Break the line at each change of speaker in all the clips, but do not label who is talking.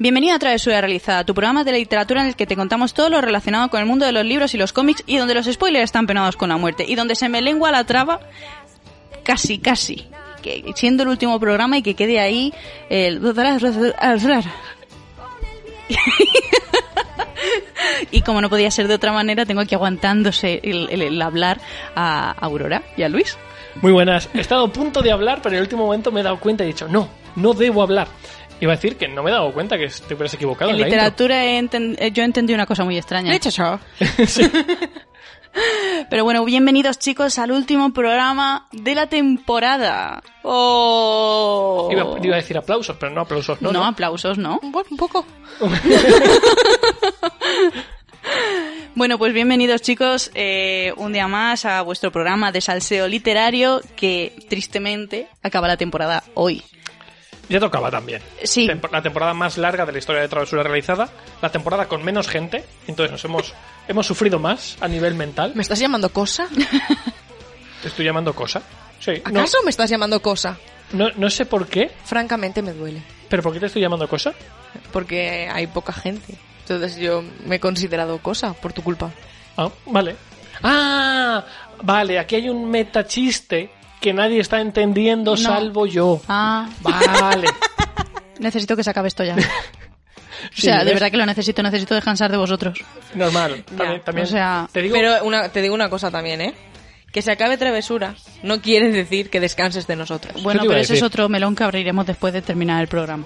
Bienvenido a Travesura Realizada, tu programa de literatura en el que te contamos todo lo relacionado con el mundo de los libros y los cómics y donde los spoilers están penados con la muerte y donde se me lengua la traba casi, casi. Que, siendo el último programa y que quede ahí el... y como no podía ser de otra manera, tengo aquí aguantándose el, el- el hablar a Aurora y a Luis.
Muy buenas. He estado a punto de hablar, pero en el último momento me he dado cuenta y he dicho, no, no debo hablar. Iba a decir que no me he dado cuenta que te hubieras equivocado.
en
la intro.
literatura he enten- eh, yo entendí una cosa muy extraña.
dicho eso.
Pero bueno, bienvenidos chicos al último programa de la temporada. ¡Oh!
Iba, iba a decir aplausos, pero no aplausos, no.
no,
no.
aplausos, ¿no?
Bueno, un poco.
Bueno, pues bienvenidos chicos eh, un día más a vuestro programa de salseo literario que tristemente acaba la temporada hoy.
Ya tocaba también.
Sí.
Tempo- la temporada más larga de la historia de Travesura realizada, la temporada con menos gente, entonces nos hemos, hemos sufrido más a nivel mental.
¿Me estás llamando cosa?
Te estoy llamando cosa. Sí. no-
¿Acaso me estás llamando cosa?
No, no sé por qué,
Francamente me duele.
pero ¿por qué te estoy llamando cosa?
Porque hay poca gente. Entonces yo me he considerado cosa por tu culpa.
Ah, vale. Ah, vale, aquí hay un metachiste que nadie está entendiendo salvo yo.
Ah,
Vale.
necesito que se acabe esto ya. O
Sí,
sea, de
¿ves?
verdad que lo necesito, necesito descansar de vosotros.
Normal. También,
Ya,
también
o sea,
te digo,
Pero una, te digo una cosa también, ¿eh? Que se acabe travesura no quiere decir que descanses de nosotros.
Bueno,
te iba
pero
a
ese es
decir.
otro melón que abriremos después de terminar el programa.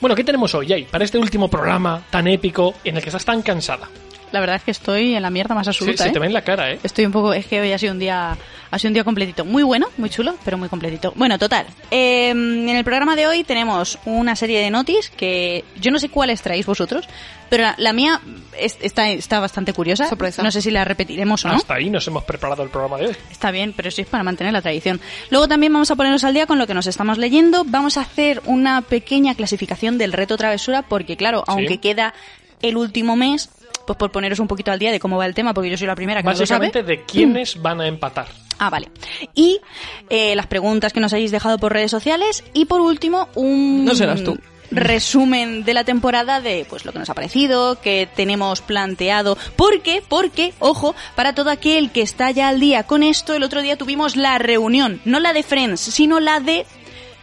bueno, ¿qué tenemos hoy, Jay? Para este último programa tan épico en el que estás tan cansada.
La verdad es que estoy en la mierda más
Sí,
absoluta,
Se
¿eh?
te ve en la cara, ¿eh?
Estoy un poco, es que hoy ha sido un día, ha sido un día completito, muy bueno, muy chulo, pero muy completito. Bueno, total. eh, en el programa de hoy tenemos una serie de notis que yo no sé cuáles traéis vosotros, pero la, la mía es- está, está bastante curiosa.
Sorpresa.
No sé si la repetiremos o no.
Hasta ahí nos hemos preparado el programa de hoy.
Está bien, pero sí es para mantener la tradición. Luego también vamos a ponernos al día con lo que nos estamos leyendo. Vamos a hacer una pequeña clasificación del reto travesura, porque claro, aunque queda el último mes, pues por poneros un poquito al día de cómo va el tema, porque yo soy la primera que no lo sabe. Mm.
Básicamente, ¿de quiénes van a empatar?
Ah, vale. Y eh, las preguntas que nos hayáis dejado por redes sociales. Y por último, un
No serás tú.
resumen de la temporada de pues lo que nos ha parecido, que tenemos planteado. Porque, porque, ojo, para todo aquel que está ya al día con esto, el otro día tuvimos la reunión, no la de Friends, sino la de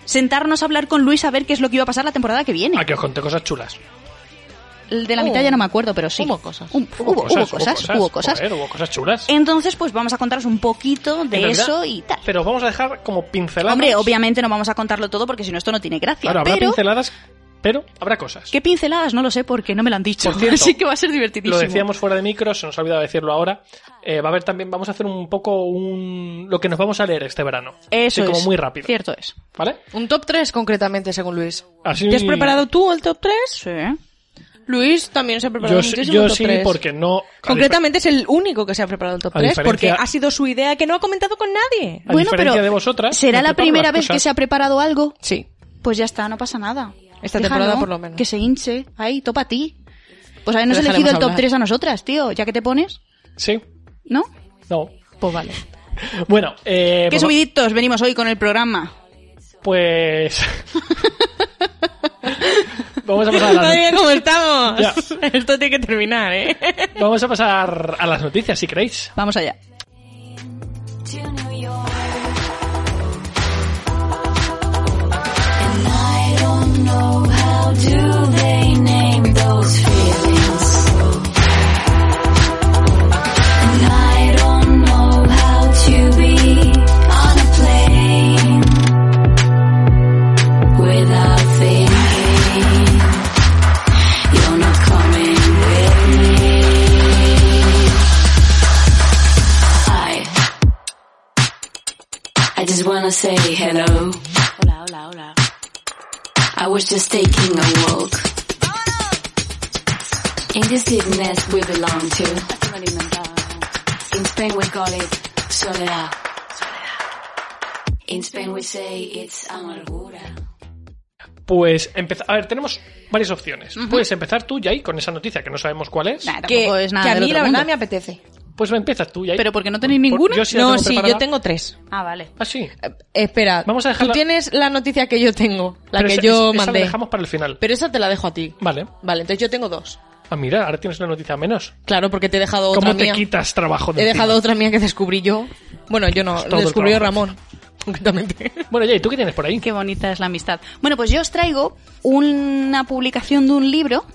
sentarnos a hablar con Luis a ver qué es lo que iba a pasar la temporada que viene.
A que os conté cosas chulas.
El de la mitad
Hubo-
ya no me acuerdo, pero sí.
hubo cosas.
Hum- hubo, hubo cosas, hubo cosas.
joder, hubo cosas chulas.
Entonces, pues vamos a contaros un poquito de
En realidad,
eso y tal.
Pero vamos a dejar como pinceladas.
Hombre, obviamente no vamos a contarlo todo porque si no esto no tiene gracia.
Claro, habrá
pero
pinceladas, pero habrá cosas.
qué pinceladas no lo sé porque no me lo han dicho.
Por cierto,
Así que va a ser divertidísimo.
Lo decíamos fuera de micro, se nos ha olvidado decirlo ahora. Eh, va a haber también, vamos a hacer un poco un, lo que nos vamos a leer este verano.
Eso
Así como
es.
muy rápido.
Cierto es.
¿Vale?
Un top 3 concretamente, según Luis.
Así-
¿Te has preparado tú el top 3?
Sí.
Luis también se ha preparado
Yo, sí-
muchísimo
yo
el top
sí,
3.
porque no.
Concretamente es el único que se ha preparado el top
A
3 porque
diferencia-
ha sido su idea que no ha comentado con nadie.
A diferencia de vosotras,
¿será
yo
la
preparo
primera
las
vez que
cosas.
se ha preparado algo?
Sí.
Pues ya está, no pasa nada.
Esta
Déjalo,
temporada por lo menos.
Que se hinche. Ahí, topa a ti. Pues habernos
Te
elegido el top
dejaremos
3 a nosotras, tío. Ya que te pones,
Sí,
¿no?
no.
Pues vale.
Bueno, eh,
Qué
vamos-
subiditos venimos hoy con el programa.
pues. vamos, a pasar a las
Madre
not-
mía, ¿cómo estamos?
Ya.
Esto tiene que terminar, ¿eh?
vamos a pasar a las noticias, si queréis.
Vamos allá.
I just wanna say hello.
Hola, hola, hola.
I was just taking a walk. In this sickness we belong to.
Hazme alimentar.
In Spain we call it soledad. In Spain we say it's amargura.
Pues empezar. A ver, tenemos varias opciones. Puedes empezar tú, Jay, con esa noticia que no sabemos cuál es.
Nah, tampoco
que,
es nada
que a
del
mí
otro
la verdad
mundo.
me apetece.
Pues empiezas tú, ya.
Pero porque no tenéis ninguna.
Yo sí la
no,
tengo
sí,
preparada.
yo tengo tres.
Ah, vale.
Ah, sí.
Eh, espera,
Vamos a dejarla-
tú tienes la noticia que yo tengo, la
Pero
que
esa-
yo
esa la
mandé.
dejamos para el final.
Pero esa te la dejo a ti.
Vale.
Vale, entonces yo tengo dos.
Ah, mira, ahora tienes una noticia menos.
Claro, porque te he dejado otra
¿Cómo te
mía.
quitas trabajo de
He
encima?
dejado otra mía que descubrí yo. Bueno, yo no,
todo
lo
el
descubrió
trabajo.
Ramón, concretamente.
Bueno, ya, ¿y tú qué tienes por ahí?
Qué bonita es la amistad. Bueno, pues yo os traigo una publicación de un libro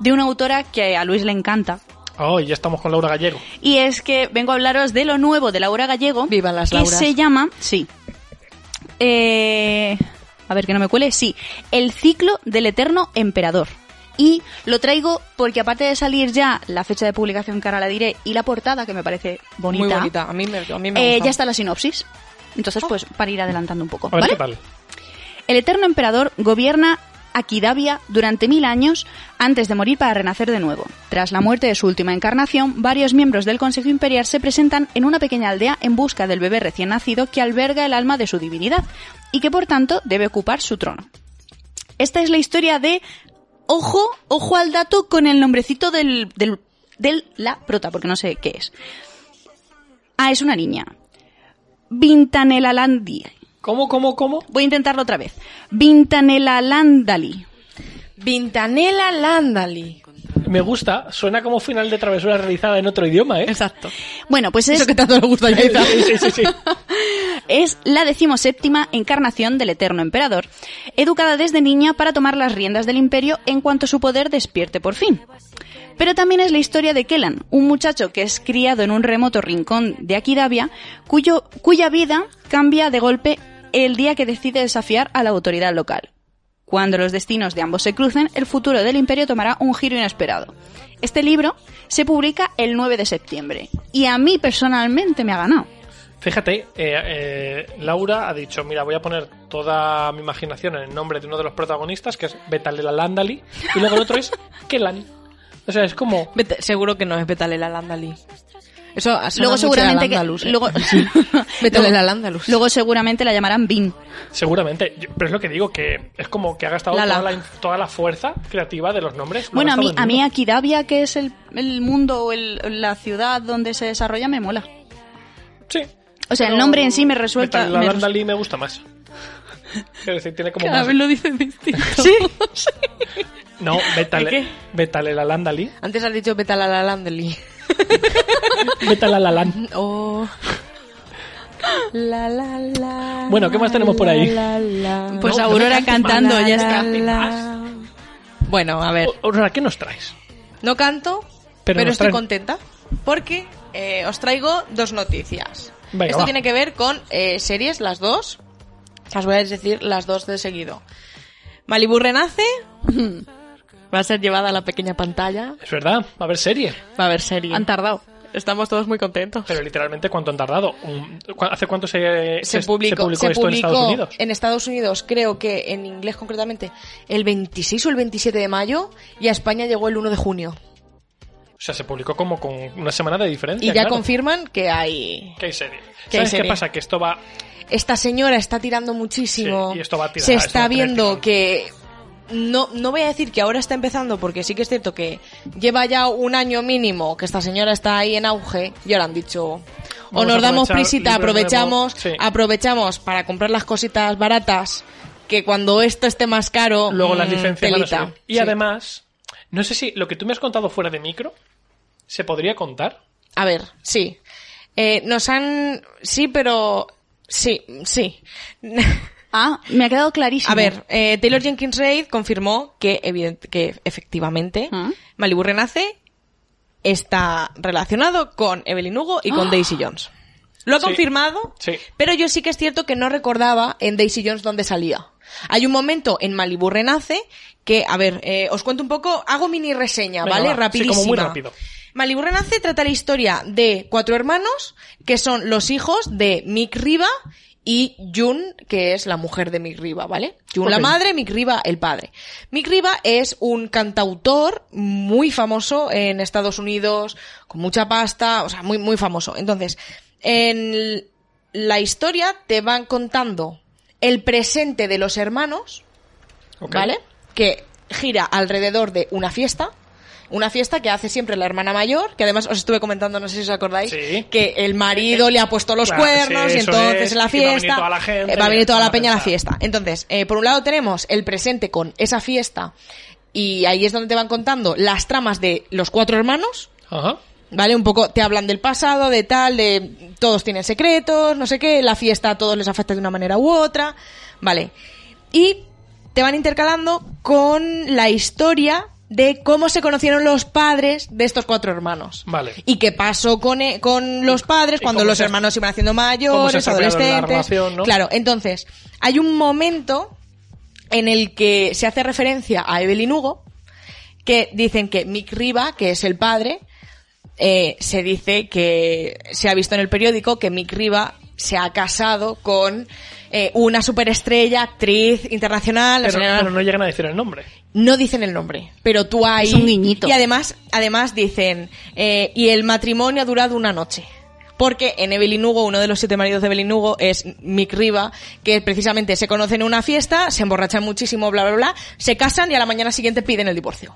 de una autora que a Luis le encanta.
Oh, ya estamos con Laura Gallego.
Y es que vengo a hablaros de lo nuevo de Laura Gallego.
Viva las
Que
Lauras.
se llama, sí. Eh, a ver, que no me cuele. Sí. El ciclo del eterno emperador. Y lo traigo porque aparte de salir ya la fecha de publicación que ahora la diré y la portada, que me parece bonita,
Muy bonita. A mí me, a mí me ha
eh,
gustado.
ya está la sinopsis. Entonces, pues, para ir adelantando un poco.
A ver
¿vale?
qué tal.
El eterno emperador gobierna Aquidavia durante mil años antes de morir para renacer de nuevo. Tras la muerte de su última encarnación, varios miembros del Consejo Imperial se presentan en una pequeña aldea en busca del bebé recién nacido que alberga el alma de su divinidad y que por tanto debe ocupar su trono. Esta es la historia de. Ojo, ojo al dato con el nombrecito del. del del- la prota, porque no sé qué es. Ah, es una niña. Vintanelalandie.
¿Cómo, cómo, cómo?
Voy a intentarlo otra vez. Vintanela Landali.
Vintanela Landali.
Me gusta, suena como final de travesura realizada en otro idioma, ¿eh?
Exacto.
Bueno, pues es,
Eso que tanto le gusta a Yaiza.
Sí, sí, sí, sí.
es la decimoséptima encarnación del eterno emperador, educada desde niña para tomar las riendas del imperio en cuanto su poder despierte por fin. Pero también es la historia de Kellan, un muchacho que es criado en un remoto rincón de Aquidavia, cuyo, cuya vida cambia de golpe el día que decide desafiar a la autoridad local. Cuando los destinos de ambos se crucen, el futuro del imperio tomará un giro inesperado. Este libro se publica el 9 de septiembre y a mí personalmente me ha ganado.
Fíjate, eh, eh, Laura ha dicho, mira, voy a poner toda mi imaginación en el nombre de uno de los protagonistas, que es Betalela Landali, y luego el otro es Kelan. O sea, es como...
Vete- seguro que no es Betalela Landali. Eso suena
luego
mucho
seguramente
al
que
andaluz, ¿eh?
luego,
Betalela
luego-
Landalus.
luego seguramente la llamarán Bin.
Seguramente, yo- pero es lo que digo, que es como que ha gastado
Lala.
Toda, la, in- toda la fuerza creativa de los nombres. lo ha
Bueno, a mí,
gastado
a
en
mí
¿eh?
uno.
Aquidavia, que es el, el mundo o el- la ciudad donde se desarrolla, me mola.
Sí.
O sea, el nombre en sí me resuelta.
Betalela
me res-
Landali me gusta más. Es decir, tiene como
Cada
más...
vez lo dices distinto.
Sí.
No, Betale,
¿Qué?
Betalela Landali.
Antes has dicho Betalela Landali.
Betalela Land-
Oh. La, la, la,
Bueno, ¿qué más tenemos por ahí?
la, la, la.
Pues
No, no
Aurora
me cantes más.
cantando, ya está.
La, la, la. Bueno,
Ah,
a ver.
Aurora, ¿qué nos traes?
No canto,
Pero
pero,
nos
estoy
traen-
contenta porque eh, os traigo dos noticias.
Venga,
Esto
va.
tiene que ver con eh, series, las dos. Las voy a decir las dos de seguido. Malibu renace. Va a ser llevada a la pequeña pantalla.
Es verdad, va a haber serie.
Va a haber serie.
Han tardado.
Estamos todos muy contentos.
Pero literalmente, ¿cuánto han tardado? Un- cu- ¿Hace cuánto se,
se, publicó,
publicó
se
esto en
publicó
Estados Unidos?
en Estados Unidos, creo que en inglés concretamente, el 26 o el 27 de mayo y a España llegó el 1 de junio.
O sea, se publicó como con una semana de
Y
diferencia.
ya
claro.
confirman que hay...
Que hay serie.
hay
¿Sabes qué
serie.
pasa? Que esto va.
Esta señora está tirando muchísimo.
Sí, y esto va a tirar,
Se
esto va
está
a tener
viendo
tirón.
que... No, no voy a decir que ahora está empezando, porque sí que es cierto que lleva ya un año mínimo que esta señora está ahí en auge y ahora han dicho... O
Vamos a
nos damos
aprovechar
prisita,
libros nuevos,
aprovechamos,
sí.
aprovechamos para comprar las cositas baratas, que cuando esto esté más caro,
Luego las
mm,
licencias van a
telita.
subir. Y
Sí.
además, no sé si lo que tú me has contado fuera de micro se podría contar.
A ver, sí. Eh, nos han... Sí, pero... Sí, sí.
Ah, me ha quedado clarísimo.
A ver, eh, Taylor Jenkins Reid confirmó que, evident- que efectivamente
Ah.
Malibu Renace está relacionado con Evelyn Hugo y con Daisy Jones. Lo ha
Sí.
confirmado,
Sí.
pero yo sí que es cierto que no recordaba en Daisy Jones dónde salía. Hay un momento en Malibu Renace que, a ver, eh, os cuento un poco, hago mini reseña,
Venga,
¿vale?
va. Sí,
Rapidísima.
como muy rápido.
Malibu Renace trata la historia de cuatro hermanos que son los hijos de Mick Riva y Jun, que es la mujer de Mick Riva, ¿vale? Jun la
Ok.
madre, Mick Riva el padre. Mick Riva es un cantautor muy famoso en Estados Unidos, con mucha pasta, o sea, muy, muy famoso. Entonces, en la historia te van contando el presente de los hermanos,
Ok.
¿vale? Que gira alrededor de una fiesta Una fiesta que hace siempre la hermana mayor, que además os estuve comentando, no sé si os acordáis,
Sí.
que el marido le ha puesto los
Claro,
cuernos
sí,
y
eso
entonces
es,
en la
y va a venir
fiesta
toda la gente,
eh, va a venir toda la
vamos a
peña a la
pensar.
fiesta. Entonces, eh, por un lado tenemos el presente con esa fiesta y ahí es donde te van contando las tramas de los cuatro hermanos,
Ajá.
¿Vale? Un poco te hablan del pasado, de tal, de todos tienen secretos, no sé qué, la fiesta a todos les afecta de una manera u otra, ¿vale? Y te van intercalando con la historia de cómo se conocieron los padres de estos cuatro hermanos.
Vale.
Y qué pasó con, e- con los padres
y
cuando
cómo
los
se-
hermanos se iban haciendo
cómo
mayores,
se ha desarrollado la
adolescentes.
relación, ¿no?
Claro, entonces, hay un momento en el que se hace referencia a Evelyn Hugo, que dicen que Mick Riva, que es el padre, eh, se dice que se ha visto en el periódico que Mick Riva se ha casado con eh, una superestrella, actriz internacional. la
Pero,
señora-
pero no llegan a decir el nombre.
no dicen el nombre, pero tú ahí...
Es un guiñito.
Y además, además dicen, eh, y el matrimonio ha durado una noche. Porque en Evelyn Hugo, uno de los siete maridos de Evelyn Hugo es Mick Riva, que precisamente se conocen en una fiesta, se emborrachan muchísimo, bla, bla, bla, se casan y a la mañana siguiente piden el divorcio.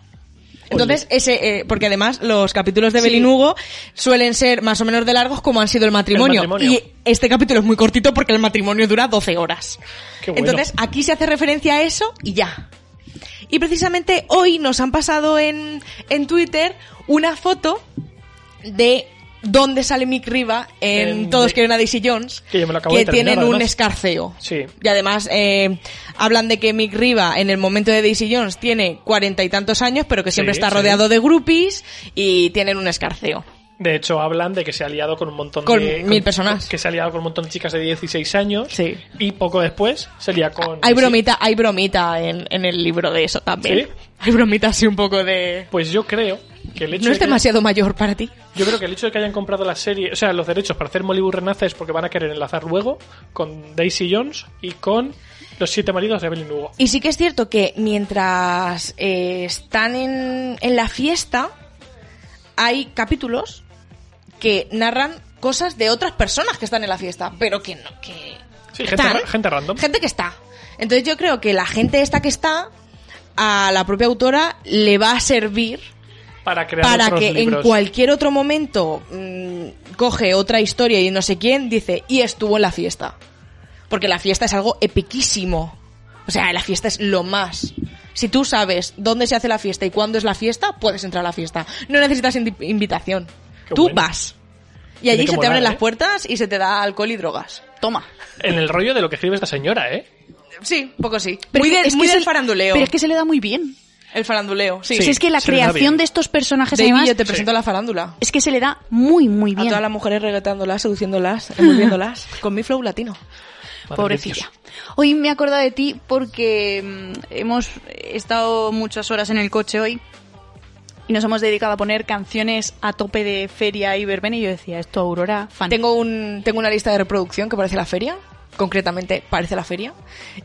Entonces, ese, eh, porque además los capítulos de Evelyn Hugo suelen ser más o menos de largos como han sido el matrimonio.
El matrimonio.
Y este capítulo es muy cortito porque el matrimonio dura 12 horas.
Qué bueno.
Entonces, aquí se hace referencia a eso y ya. Y precisamente hoy nos han pasado en, en Twitter una foto de dónde sale Mick Riva en,
En-
Todos
de-
quieren a Daisy Jones,
Que yo me lo acabo de terminar,
tienen un
además.
escarceo.
Sí.
Y además eh, hablan de que Mick Riva en el momento de Daisy Jones tiene cuarenta y tantos años, pero que siempre
Sí,
está
sí.
rodeado de groupies y tienen un escarceo.
De hecho, hablan de que se ha liado con un montón
Con
de.
mil personas.
Que se ha liado con un montón de chicas de 16 años.
Sí.
Y poco después se lía con.
Hay bromita, hay bromita en, en el libro de eso
¿Sí?
también. Hay bromita así un poco de...
Pues yo creo que el hecho.
No
de
es
que-
demasiado mayor para ti.
Yo creo que el hecho de que hayan comprado la serie, o sea, los derechos para hacer Malibu Renace es porque van a querer enlazar luego con Daisy Jones y con los siete maridos de Evelyn Hugo.
Y sí que es cierto que mientras eh, están en, en la fiesta, hay capítulos que narran cosas de otras personas que están en la fiesta, pero que no, que...
Sí,
que
gente
están.
ra- gente random.
Gente que está. Entonces yo creo que la gente esta que está, a la propia autora le va a servir
Para crear
para
otros
que en
libros.
cualquier otro momento mm, coge otra historia y no sé quién dice y estuvo en la fiesta. Porque la fiesta es algo epiquísimo. O sea, la fiesta es lo más. Si tú sabes dónde se hace la fiesta y cuándo es la fiesta, puedes entrar a la fiesta. No necesitas in- invitación.
Qué
tú
bueno.
vas. Y
Tiene
allí
que
se te abren
molar,
las
¿eh?
puertas y se te da alcohol y drogas.
Toma.
En el rollo de lo que escribe esta señora, ¿eh?
Sí, poco sí.
Pero
muy de-
es que
muy
se
del
le-
faranduleo.
Pero es que se le da muy bien.
El faranduleo, sí.
si es que la
se le da bien.
creación de estos personajes
David,
además,
yo te presento la farándula.
es que se le da muy, muy
A
bien.
todas las mujeres regatándolas, seduciéndolas, envolviéndolas, con mi flow latino.
Madre de
Pobrecilla.
Dios.
Hoy me he acordado de ti porque mm, hemos estado muchas horas en el coche hoy y nos hemos dedicado a poner canciones a tope de feria y verbena y yo decía, esto Aurora, fan.
Tengo, un, tengo una lista de reproducción que parece la feria, concretamente parece la feria,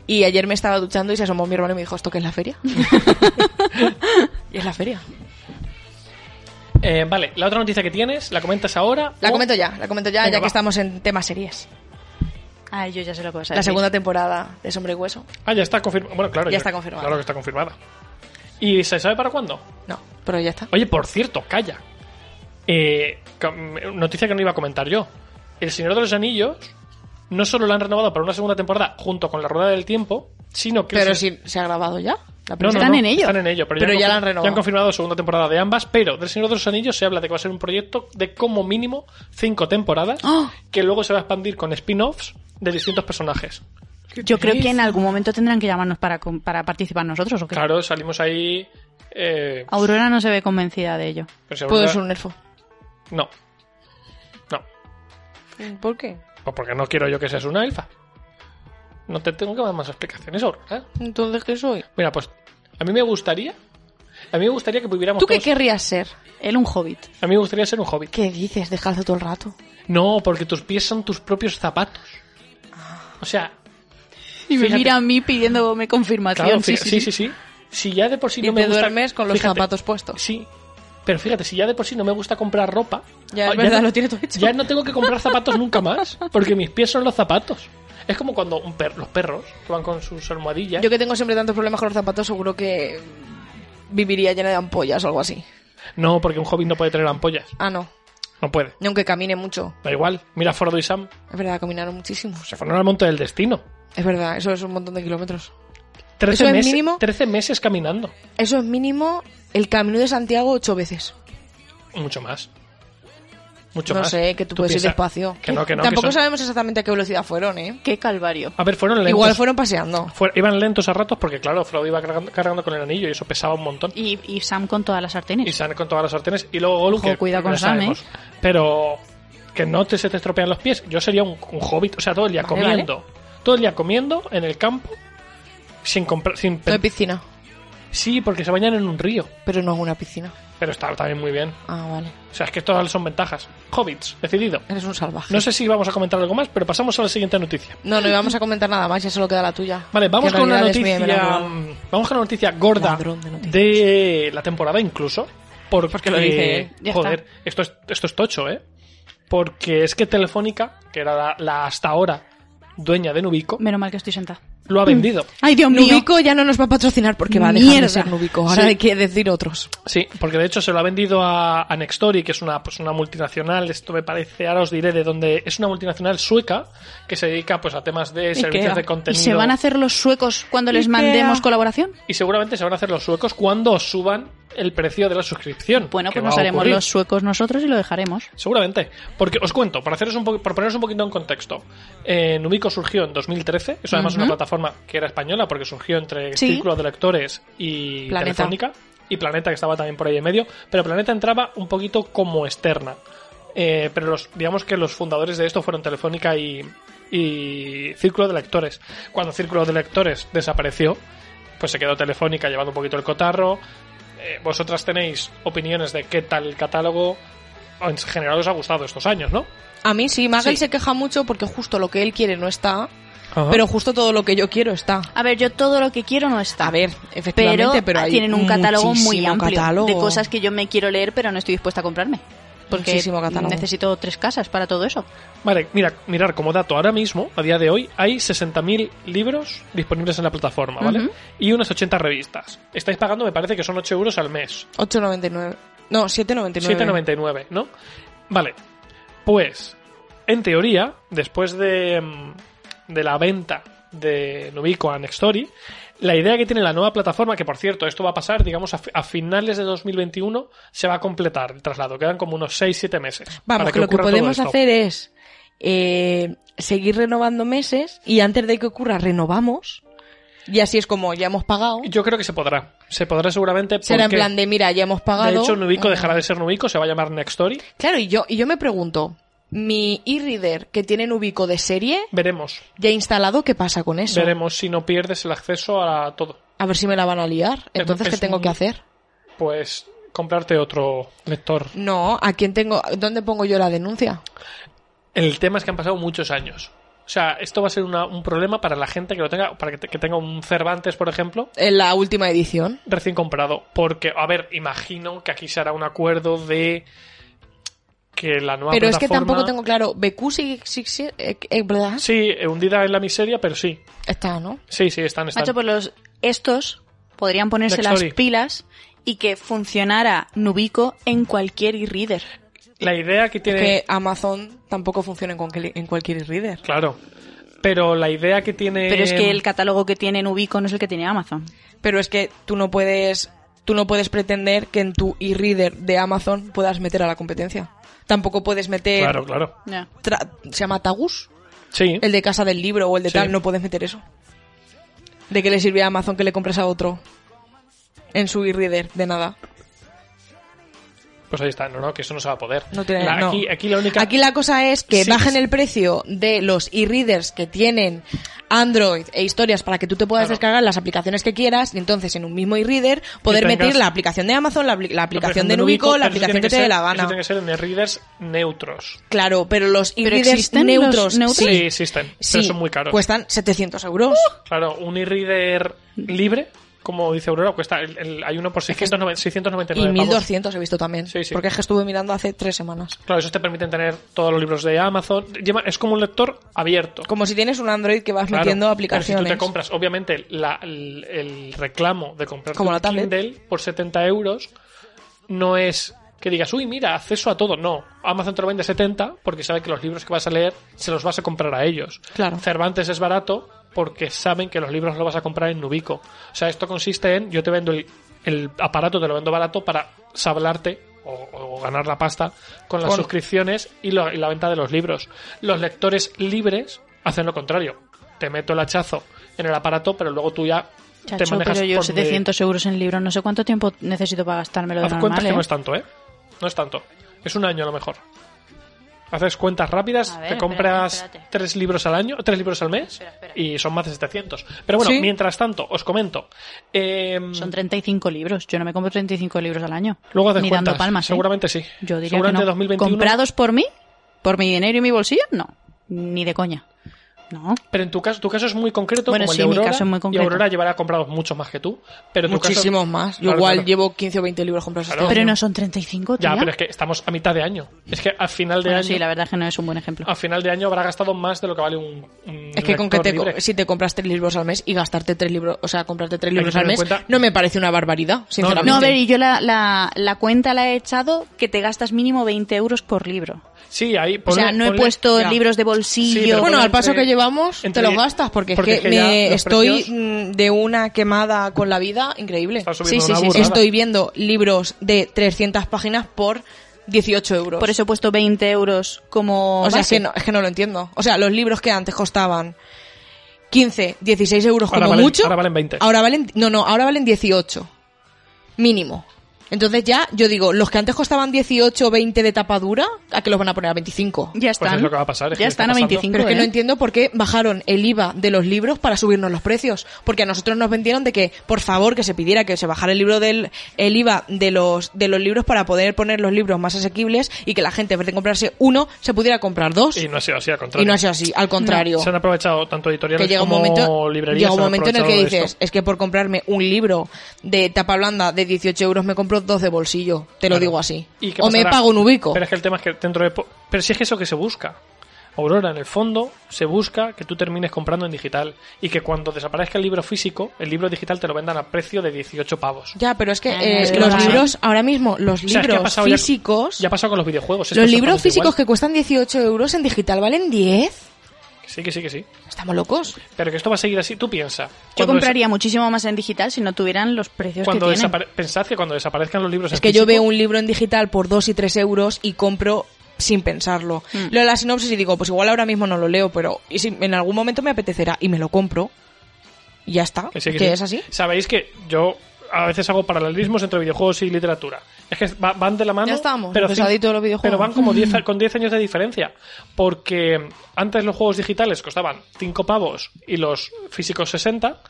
y ayer me estaba duchando y se asomó mi hermano y me dijo, ¿esto qué es la feria? y es la feria.
Eh, vale, la otra noticia que tienes, ¿la comentas ahora?
La
o-
comento ya, la comento ya,
Venga,
ya que
va.
estamos en temas series.
Ay, yo ya sé lo que vas a
La
decir.
segunda temporada de Sombre y Hueso.
Ah, ya está confirmada. Bueno, claro.
Ya está confirmada.
Claro que está confirmada. ¿Y se sabe para cuándo?
No, pero ya está.
Oye, por cierto, calla. Eh, com- noticia que no iba a comentar yo. El Señor de los Anillos no solo la han renovado para una segunda temporada junto con la Rueda del Tiempo, sino que...
Pero
se-
si se ha grabado ya. La
No, no,
primera.
Están
no,
en ello.
Están en ello, pero,
Pero ya
han
la han
confi-
renovado.
Ya han confirmado segunda temporada de ambas, pero del Señor de los Anillos se habla de que va a ser un proyecto de como mínimo cinco temporadas
¡Oh!
que luego se va a expandir con spin-offs de distintos personajes.
Yo creo que en algún momento tendrán que llamarnos para, com- para participar nosotros, ¿o qué?
Claro, salimos ahí... Eh,
Aurora no se ve convencida de ello.
pero si
Puedo
habrá-
ser Ah, pues un nerfo.
No. No.
¿Por qué?
Pues porque no quiero yo que seas una elfa. No te tengo que dar más explicaciones ahora. ¿eh?
Entonces, ¿qué soy?
Mira, pues a mí me gustaría. A mí me gustaría que viviéramos.
¿Tú qué
todos-
querrías ser?
Él un hobbit.
A mí me gustaría ser un hobbit.
¿Qué dices? Descalzo todo el rato.
No, porque tus pies son tus propios zapatos.
Ah.
O sea,
Y me
Fíjate.
mira a mí pidiéndome confirmación.
claro,
sí,
fija-
sí,
sí, sí, sí. Si ya de por sí
Y
no me
te
gusta.
duermes con los
fíjate,
zapatos puestos.
Sí. Pero fíjate, si ya de por sí no me gusta comprar ropa.
Ya, es
ah,
verdad,
no-
lo tiene todo hecho.
Ya no tengo que comprar zapatos nunca más. Porque mis pies son los zapatos. Es como cuando un per- los perros que van con sus almohadillas.
Yo que tengo siempre tantos problemas con los zapatos, seguro que viviría llena de ampollas o algo así.
No, porque un hobbit no puede tener ampollas.
Ah, no.
No puede.
Ni aunque camine mucho.
Da igual. Mira Frodo y Sam.
Es verdad, caminaron muchísimos.
Se fueron al monte del destino.
Es verdad, eso es un montón de kilómetros.
13
es
meses,
mínimo?
13 meses caminando.
Eso es mínimo el Camino de Santiago ocho veces.
Mucho más. Mucho
no
más.
sé, que tú, puedes ir
piensa-
despacio.
Que no, que no. que
Tampoco
son-
sabemos exactamente a qué velocidad fueron, ¿eh?
Qué calvario.
A ver, fueron lentos.
Igual fueron paseando.
Fue- iban lentos a ratos porque, claro, Frodo iba cargando, cargando con el anillo y eso pesaba un montón.
Y, y Sam con todas las sartenes.
Y Sam con todas las sartenes. Y luego Gollum,
Ojo,
que
cuidado con
ya
Sam, ¿eh?
sabemos. Pero que no te, se te estropean los pies. Yo sería un, un hobbit, o sea, todo el día
Vale,
comiendo. Todo el día comiendo en el campo sin comprar... Sin
No hay piscina,
sí, porque se bañan en un río.
pero no es una piscina.
Pero está también muy bien.
Ah, vale.
O sea, es que todas son ventajas. Hobbits, decidido.
Eres un salvaje.
No sé si vamos a comentar algo más, pero pasamos a la siguiente noticia.
No, no íbamos a comentar nada más, ya solo queda la tuya.
Vale, vamos
Que
con
en
una
realidad es mía,
noticia.
me la han robado.
mm, Vamos con una noticia gorda
Ladrón de noticias.
de la temporada incluso. Porque,
lo dice él.
Ya
joder, esto es, esto es tocho, ¿eh? Porque es que Telefónica, que era la, la hasta ahora dueña de Nubico,
Menos mal que estoy sentada.
lo ha vendido.
Ay, Dios mío.
Nubico ya no nos va a patrocinar porque va a dejar
Mierda.
de ser Nubico. Ahora
Sí.
hay que decir otros.
Sí, porque de hecho se lo ha vendido a, a Nextory, que es una, pues una multinacional, esto me parece, ahora os diré de dónde, es una multinacional sueca que se dedica pues a temas de servicios
Ikea.
de
¿Y
contenido.
se van a hacer los suecos cuando les
Ikea.
mandemos colaboración?
Y seguramente se van a hacer los suecos cuando suban el precio de la suscripción.
Bueno,
que
pues
va
nos
a
haremos
ocurrir.
los suecos nosotros y lo dejaremos.
Seguramente. Porque os cuento, para, haceros un po- para poneros un poquito en contexto, eh, Nubico surgió en 2013, es además
Ujú.
una plataforma que era española porque surgió entre
Sí.
Círculo de Lectores y
Planeta.
Telefónica y Planeta que estaba también por ahí en medio, pero Planeta entraba un poquito como externa. Eh, pero los, digamos que los fundadores de esto fueron Telefónica y, y Círculo de Lectores. Cuando Círculo de Lectores desapareció, pues se quedó Telefónica llevando un poquito el cotarro. Eh, vosotras tenéis opiniones de qué tal el catálogo. En general os ha gustado estos años, ¿no?
A mí sí, Magel
Sí.
se queja mucho porque justo lo que él quiere no está, pero justo todo lo que yo quiero está.
A ver, yo todo lo que quiero no está.
A ver,
pero,
efectivamente, pero, hay
tienen un catálogo muy
muchísimo
amplio
catálogo.
de cosas que yo me quiero leer, pero no estoy dispuesta a comprarme. Porque
Muchísimo catálogo.
necesito tres casas para todo eso.
Vale, mira, mirar como dato, ahora mismo, a día de hoy, hay 60.000 libros disponibles en la plataforma, ¿vale?
Ujú.
Y unas 80 revistas. Estáis pagando, me parece que son 8 euros al mes.
8.99. No, 7.99.
7,99, ¿no? Vale. Pues, en teoría, después de, mm, de la venta de Nubico a Nextory, la idea que tiene la nueva plataforma, que por cierto, esto va a pasar, digamos, a, fi- a finales de 2021, se va a completar el traslado. Quedan como unos 6-7 meses. para
Vamos, que, lo que
ocurra todo
podemos
esto.
hacer es eh, seguir renovando meses y antes de que ocurra renovamos y así es como ya hemos pagado.
Yo creo que se podrá. Se podrá seguramente.
Será en
porque,
plan de, mira, ya hemos pagado.
de hecho, Nubico
Mm.
dejará de ser Nubico, se va a llamar Nextory.
Claro, y yo, y yo me pregunto, mi e-reader que tiene Nubico de serie,
Veremos.
ya instalado, ¿qué pasa con eso?
Veremos si no pierdes el acceso a todo.
A ver si me la van a liar. Entonces,
Es
¿qué tengo
un-
que hacer?
Pues comprarte otro lector.
No, ¿a quién tengo? ¿Dónde pongo yo la denuncia?
El tema es que han pasado muchos años. O sea, esto va a ser una- un problema para la gente que lo tenga, para que, te- que tenga un Cervantes, por ejemplo,
En la última edición.
recién comprado. Porque, a ver, imagino que aquí se hará un acuerdo de que la nueva
Pero es que
plataforma...
tampoco tengo claro. BQ sigue, sigue- sigue- eh, eh, bla.
Sí, eh, hundida en la miseria, pero sí.
Está, ¿no?
Sí, sí, están, están.
Macho, pues los, estos podrían ponerse
Next
las
story.
pilas y que funcionara Nubico en cualquier e-reader.
La idea que tiene...
Que Amazon tampoco funciona en cualquier, en cualquier reader.
Claro. Pero la idea que tiene...
Pero es
Eh,
que el catálogo que tiene Nubico no es el que tiene Amazon.
Pero es que tú no puedes, tú no puedes pretender que en tu e-reader de Amazon puedas meter a la competencia. Tampoco puedes meter.
Claro, claro.
tra- se llama Tagus,
Sí.
el de casa del libro o el de
Sí.
tal, no puedes meter eso. ¿De qué le sirve a Amazon que le compres a otro en su e-reader? De nada.
Pues ahí está. No, no, que eso no se va a poder.
No tiene-
La-
no.
aquí, aquí la única...
Aquí la cosa es que
Sí,
bajen
sí.
el precio de los e-readers que tienen Android e historias para que tú te puedas
Claro.
descargar las aplicaciones que quieras y entonces en un mismo e-reader poder
tengas-
meter la aplicación de Amazon, la, apli- la aplicación de Nubico, la aplicación que te dé la
Eso
gana.
tiene que ser en readers neutros.
Claro, pero los
¿Pero
e-readers
existen los
neutros,
neutros?
Sí,
sí,
existen.
sí, Pues-
Pero son muy caros. ¡Uh!
cuestan 700 euros.
Claro, un e-reader libre, como dice Aurora, cuesta. el- el- hay uno por 609
Y
699 pavos.
1200 he visto también.
Sí, sí.
Porque es que estuve mirando hace tres semanas.
Claro, esos te permiten tener todos los libros de Amazon. Lleva- es como un lector abierto.
Como si tienes un Android que vas
Claro,
metiendo
pero si
aplicaciones.
tú te compras, obviamente, la- el, el reclamo de comprar
Como
un
la tablet.
Kindle por 70 euros, no es que digas, uy, mira, acceso a todo. No, Amazon te lo vende 70 porque sabe que los libros que vas a leer se los vas a comprar a ellos.
Claro.
Cervantes es barato porque saben que los libros los vas a comprar en Nubico. O sea, esto consiste en, yo te vendo el, el aparato, te lo vendo barato para sablarte o, o ganar la pasta con las
Con-
suscripciones y, lo- y la venta de los libros. Los lectores libres hacen lo contrario. Te meto el hachazo en el aparato, pero luego tú ya te
Chacho,
manejas
pero yo
por
700 euros en libros, no sé cuánto tiempo necesito para gastármelo de
Haz cuentas
normal,
que
¿eh?
no es tanto, ¿eh? No es tanto. Es un año a lo mejor. Haces cuentas rápidas,
A ver,
te compras
espérate, espérate.
tres libros al año, tres libros al mes
Espera, espera.
y son más de 700. Pero bueno,
Sí.
mientras tanto, os comento. em,
Son 35 libros, yo no me compro 35 libros al año.
luego haces
Ni
cuentas.
dando palmas, ¿eh?
seguramente sí.
Yo diría
seguramente
que no.
2021.
¿Comprados por mí? ¿Por mi dinero y mi bolsillo? No, ni de coña. No.
Pero en tu caso, tu caso es muy concreto,
Bueno,
como el
sí,
de
mi
Aurora.
caso es muy
Y
concreto.
Aurora llevará comprados muchos más que tú. Pero tu caso-
Muchísimos más. Yo
Claro,
igual
claro.
llevo 15 o 20 libros comprados
Claro.
este
Pero
año.
no son 35, tía.
Ya, pero es que estamos a mitad de año. Es que al final de
Bueno,
año. Ah,
sí, la verdad es que no es un buen ejemplo.
A final de año habrá gastado más de lo que vale un. un
Es que con que
lector
te,
libre.
si te compras tres libros al mes y gastarte tres libros, o sea, comprarte tres
que
libros
tener
al
en
mes,
cuenta-
no me parece una barbaridad, sinceramente.
No, a ver, y yo la, la, la cuenta la he echado que te gastas mínimo 20 euros por libro.
Sí, ahí.
o sea,
ponle-
no he
ponle-
puesto
ya.
libros de
Sí,
bolsillo.
pero
bueno, al
entre-
paso que llevamos,
entre-
te los gastas, porque,
porque
es que,
es que ya
me
los
estoy
precios-
mm, de una quemada con la vida increíble.
Está
Sí,
subiendo
sí,
una
sí, sí.
burrada.
Estoy viendo libros de 300 páginas por 18 euros.
Por eso he puesto 20 euros como.
o sea, es
base.
que, no, es que no lo entiendo. O sea, los libros que antes costaban 15, 16 euros
Ahora
como
valen-
mucho.
ahora valen 20.
Ahora valen, no, no, ahora valen 18. Mínimo. Entonces ya, yo digo, los que antes costaban 18 o 20 de tapa dura, ¿a qué los van a poner a 25?
Ya
Pues
están.
es lo que va a pasar, es que
ya
está
están a
pasando.
25.
Pero es que no
¿eh?
entiendo por qué bajaron el IVA de los libros para subirnos los precios. Porque a nosotros nos vendieron de que, por favor, que se pidiera que se bajara el libro del el IVA de los de los libros para poder poner los libros más asequibles y que la gente, en vez de comprarse uno, se pudiera comprar dos.
Y
Y
no ha sido así, al
no,
contrario.
ha sido así, al contrario.
Se han aprovechado tanto editoriales
que llega un
como
momento,
librerías.
llega un
se han
momento en el que
aprovechado de
dices,
esto.
es que por comprarme un libro de tapa blanda de 18 euros me compro dos de bolsillo, te lo
Claro.
digo así.
¿Y qué
O me
pasará?
pago un ubico.
Pero es que el tema es que dentro de. po- Pero si es que eso que se busca. Aurora, en el fondo, se busca que tú termines comprando en digital y que cuando desaparezca el libro físico, el libro digital te lo vendan a precio de 18 pavos.
Ya, pero es que
Ah,
eh,
es que
los
va a pasar.
libros, ahora mismo, los
O sea, es que ha
libros
pasado ya-
físicos,
Ya, ha pasado con los videojuegos. es
los
que
libros
exactamente
físicos
igual.
que cuestan 18 euros en digital valen 10.
Sí, que sí, que sí.
Estamos locos.
Pero que esto va a seguir así, tú piensa.
Yo
Cuando desa-
compraría muchísimo más en digital si no tuvieran los precios que
Cuando
tienen.
desapare- Pensad que cuando desaparezcan los libros
Es
en
que yo
físico,
veo un libro en digital por 2 y 3 euros y compro sin pensarlo.
Mm.
Leo la sinopsis y digo, pues igual ahora mismo no lo leo, pero y si en algún momento me apetecerá y me lo compro. Y ya está.
Que sí, que
que
sí.
es así.
Sabéis que yo a veces hago paralelismos entre videojuegos y literatura. Es que va- van de la mano.
Ya estábamos,
pero,
empezadito
cin-
los videojuegos.
pero van como 10 a- con 10 años de diferencia. Porque antes los juegos digitales costaban 5 pavos y los físicos 60.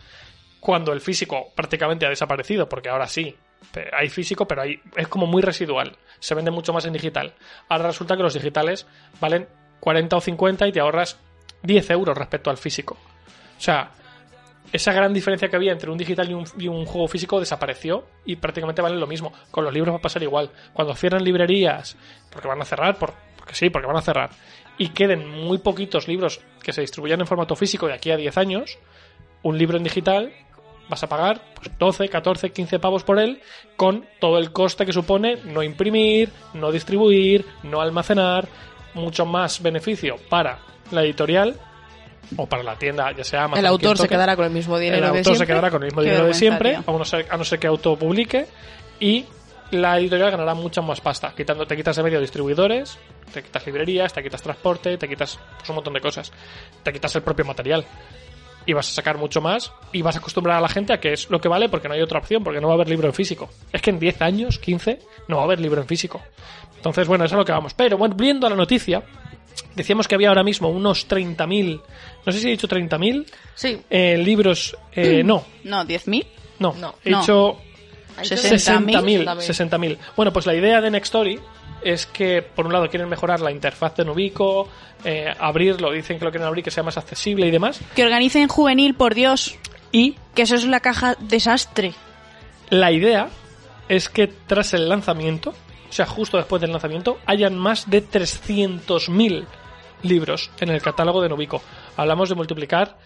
Cuando el físico prácticamente ha desaparecido, porque ahora sí. pe- Hay físico, pero hay, es como muy residual. Se vende mucho más en digital. Ahora resulta que los digitales valen 40 o 50 y te ahorras 10 euros respecto al físico. O sea, esa gran diferencia que había entre un digital y un, y un juego físico desapareció y prácticamente valen lo mismo. Con los libros va a pasar igual. Cuando cierran librerías, porque van a cerrar, por- porque sí, porque van a cerrar, y queden muy poquitos libros que se distribuyan en formato físico de aquí a 10 años, un libro en digital vas a pagar pues, 12, 14, 15 pavos por él con todo el coste que supone no imprimir, no distribuir, no almacenar, mucho más beneficio para la editorial o para la tienda, ya sea Amazon,
El
quien
autor se
toque
quedará con el mismo dinero.
el
de
autor se
siempre.
quedará con el mismo
Qué
dinero de
vergüenza,
siempre,
tío.
a no ser, a no ser que autopublique, y la editorial ganará mucha más pasta. Quitando, te quitas de medio distribuidores, te quitas librerías, te quitas transporte, te quitas pues, un montón de cosas. Te quitas el propio material. Y vas a sacar mucho más y vas a acostumbrar a la gente a que es lo que vale porque no hay otra opción, porque no va a haber libro en físico. Es que en 10 años, 15, no va a haber libro en físico. Entonces, bueno, eso es a lo que vamos. Pero bueno, viendo a la noticia, decíamos que había ahora mismo unos 30.000, no sé si he dicho 30.000
Sí.
eh, libros. eh, no,
No, 10.000.
no,
Mm. No.
he
No.
dicho
60.000.
60.000. 60.000. bueno, pues la idea de Nextory es que, por un lado, quieren mejorar la interfaz de Nubico, eh, abrirlo, dicen que lo quieren abrir, que sea más accesible y demás.
Que organicen juvenil, por Dios.
Y
Que eso es la caja desastre.
la idea es que tras el lanzamiento, o sea, justo después del lanzamiento, hayan más de 300.000 libros en el catálogo de Nubico. Hablamos de multiplicar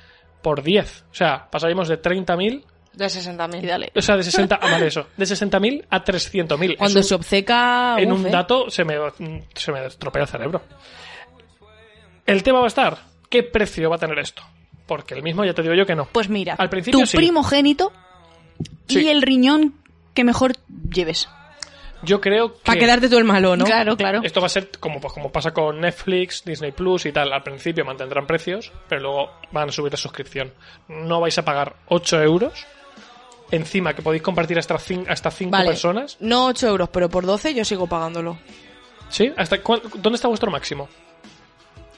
por 10. O sea, pasaríamos de 30.000
De
Y
60.000.
dale.
O sea, de 60 a vale, eso. De 60.000 a 300.000.
Cuando
Es
se obceca...
un- en
uf,
un
eh.
dato se me, se me estropea el cerebro. El tema va a estar, ¿qué precio va a tener esto? Porque el mismo ya te digo yo que no.
Pues mira,
Al principio
tu
sí.
primogénito
Sí.
y el riñón que mejor lleves.
Yo creo que...
Para quedarte tú el malo, ¿no?
Claro, claro.
Esto va a ser como, pues, como pasa con Netflix, Disney Plus y tal. Al principio mantendrán precios, pero luego van a subir la suscripción. No vais a pagar 8 euros. Encima que podéis compartir hasta 5 hasta cinco
Vale.
personas.
No 8 euros, pero por 12 yo sigo pagándolo.
¿Sí? ¿Hasta cuán- ¿Dónde está vuestro máximo?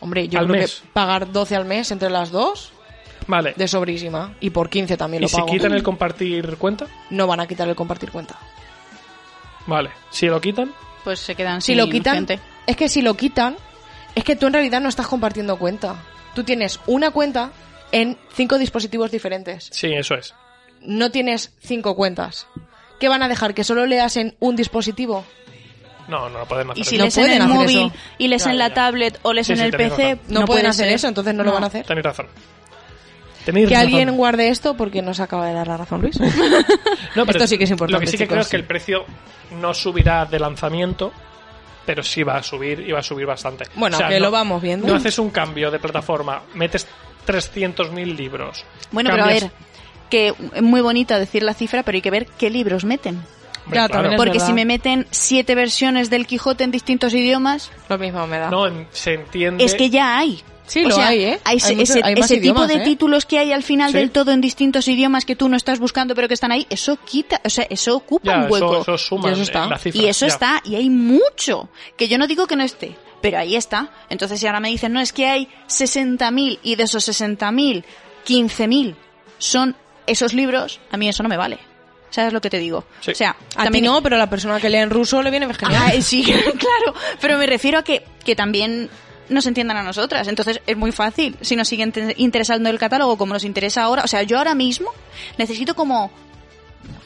Hombre, yo
Al
creo
mes.
que pagar 12 al mes entre las dos,
Vale.
de sobrísima. Y por 15 también
¿Y
lo
si
pago.
quitan el compartir cuenta?
No van a quitar el compartir cuenta.
Vale. Si lo quitan,
Pues se quedan
Si
sin
lo quitan,
gente.
Ah,
es que si lo quitan, es que tú en realidad no estás compartiendo cuenta. Tú tienes una cuenta en cinco dispositivos diferentes.
sí, eso es.
No tienes cinco cuentas. ¿Qué van a dejar? ¿Que solo leas en un dispositivo?
No, no lo pueden hacer.
Y si
No
lees en
pueden
el
hacer
móvil,
eso.
y lees
Ya,
en
ya,
la
ya.
tablet, o lees
Sí,
en
sí,
el
tenéis
PC...
razón.
No, pueden
puede
hacer
ser.
eso, entonces no, lo
No.
van a hacer.
Tenéis razón. Tenéis
Que
razón.
alguien guarde esto porque no se acaba de dar la razón, Luis.
No, pero
Esto sí que es importante,
Lo que sí que
chicos.
creo es que el precio no subirá de lanzamiento, pero sí va a subir y va a subir bastante.
Bueno,
O sea,
que
no-
lo vamos viendo.
No haces un cambio de plataforma, metes 300.000 libros.
Bueno,
cambias-
pero a ver, que es muy bonito decir la cifra, pero hay que ver qué libros meten.
Hombre,
Ya,
claro.
también Es
Porque
verdad.
si me meten siete versiones del Quijote en distintos idiomas,
Lo mismo me da.
No, en- se entiende.
es que ya hay.
Sí,
O
lo
sea,
hay, ¿eh?
ese,
Hay mucho-
ese-
hay más
ese tipo
idiomas,
de
¿eh?
títulos que hay al final
Sí.
del todo en distintos idiomas que tú no estás buscando pero que están ahí, eso quita, o sea, eso ocupa
ya,
un hueco.
Eso, eso suma
Y eso
en-
está.
en la cifra,
y eso
ya.
está, y hay mucho, que yo no digo que no esté, pero ahí está. Entonces si ahora me dicen, no, es que hay 60.000 y de esos 60.000, 15.000 son esos libros, a mí eso no me vale. ¿Sabes lo que te digo?
Sí.
O sea,
A ti
también
no, pero a la persona que lee en ruso le viene genial.
Ah, sí, claro. Pero me refiero a que, que también nos entiendan a nosotras. Entonces es muy fácil. Si nos siguen te- interesando el catálogo como nos interesa ahora. O sea, yo ahora mismo necesito como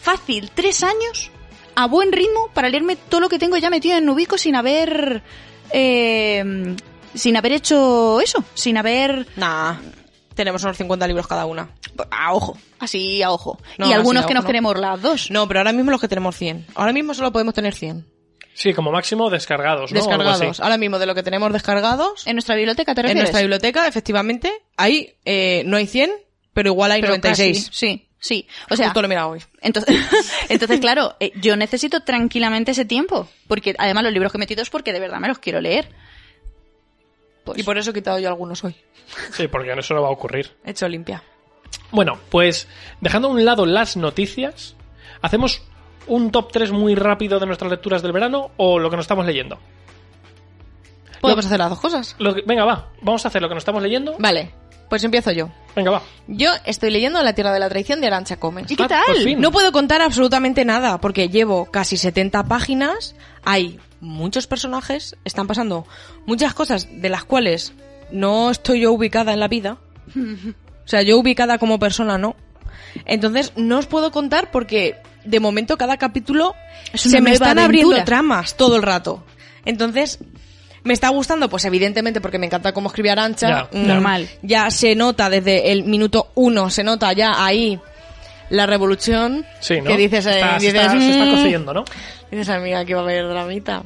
fácil tres años a buen ritmo para leerme todo lo que tengo ya metido en Ubico sin haber. eh, sin haber hecho eso. Sin haber.
Nah. Tenemos unos 50 libros cada una.
A ojo. Así a ojo.
No,
y
así
algunos
a
que
ojo
nos
no.
queremos las dos.
No, pero ahora mismo los que tenemos 100. Ahora mismo solo podemos tener 100.
Sí, como máximo descargados, Pues ¿no? O algo así.
Descargados. Ahora mismo de lo que tenemos descargados
En nuestra biblioteca te
en
refieres?
nuestra biblioteca, efectivamente, ahí eh, no hay 100, pero igual hay
Pero
96.
casi, Sí, sí. O sea,
Justo lo he mirado hoy.
Entonces, entonces claro, eh, yo necesito tranquilamente ese tiempo, porque además los libros que he metido es porque de verdad me los quiero leer. Pues,
Y por eso he quitado yo algunos hoy.
Sí, porque eso no va a ocurrir.
He hecho limpia.
Bueno, pues dejando a un lado las noticias, ¿hacemos un top 3 muy rápido de nuestras lecturas del verano o lo que nos estamos leyendo?
Podemos hacer las dos cosas.
Lo que- venga, va, vamos a hacer lo que nos estamos leyendo.
Vale, pues empiezo yo.
Venga, va.
Yo estoy leyendo La Tierra de la Traición de Arancha Comes.
¿Y qué
Ah,
tal?
por fin.
No puedo contar absolutamente nada porque llevo casi 70 páginas, hay muchos personajes, están pasando muchas cosas de las cuales no estoy yo ubicada en la vida. O sea, yo ubicada como persona no. Entonces no os puedo contar porque de momento cada capítulo
Es una
se me
nueva
están abriendo
aventura.
tramas todo el rato. Entonces me está gustando, pues evidentemente porque me encanta cómo escribe Arancha.
Ya,
Mm,
normal.
Ya se nota desde el minuto uno, se nota ya ahí la revolución
Sí, ¿no?
que dices, eh,
Está- se
dices,
está- se está
"Mm".
cociendo, ¿no?
dices amiga que va a haber dramita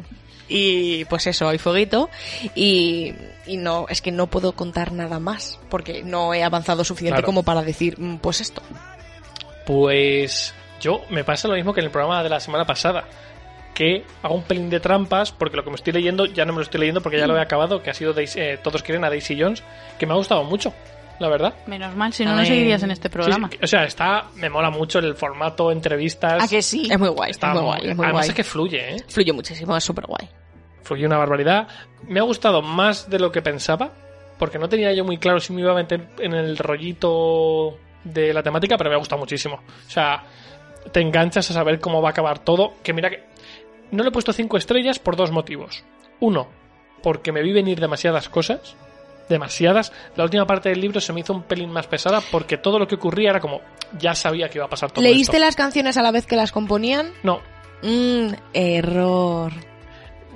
y pues eso hay fueguito y, y no es que no puedo contar nada más porque no he avanzado suficiente
Claro.
como para decir "Mm, pues esto
Pues yo me pasa lo mismo que en el programa de la semana pasada. Que hago un pelín de trampas porque lo que me estoy leyendo ya no me lo estoy leyendo porque ya lo he acabado, que ha sido Daisy- eh, Todos quieren a Daisy Jones, que me ha gustado mucho, la verdad.
Menos mal, si no,
A
no
ver.
seguirías en este
Sí,
programa.
sí, o sea, está, me mola mucho el formato, entrevistas.
¿A que sí?
es muy guay
Está
Ah, es muy
muy-
guay es muy
además
guay
es que fluye, ¿eh?
fluye muchísimo es súper guay
Fluye una barbaridad. Me ha gustado más de lo que pensaba, porque no tenía yo muy claro si me iba a meter en el rollito de la temática, pero me ha gustado muchísimo. O sea, te enganchas a saber cómo va a acabar todo. Que mira que. No le he puesto cinco estrellas por dos motivos. Uno, porque me vi venir demasiadas cosas. Demasiadas. La última parte del libro se me hizo un pelín más pesada porque todo lo que ocurría era como. Ya sabía que iba a pasar todo
leíste
esto.
las canciones a la vez que las componían
No,
Mm, error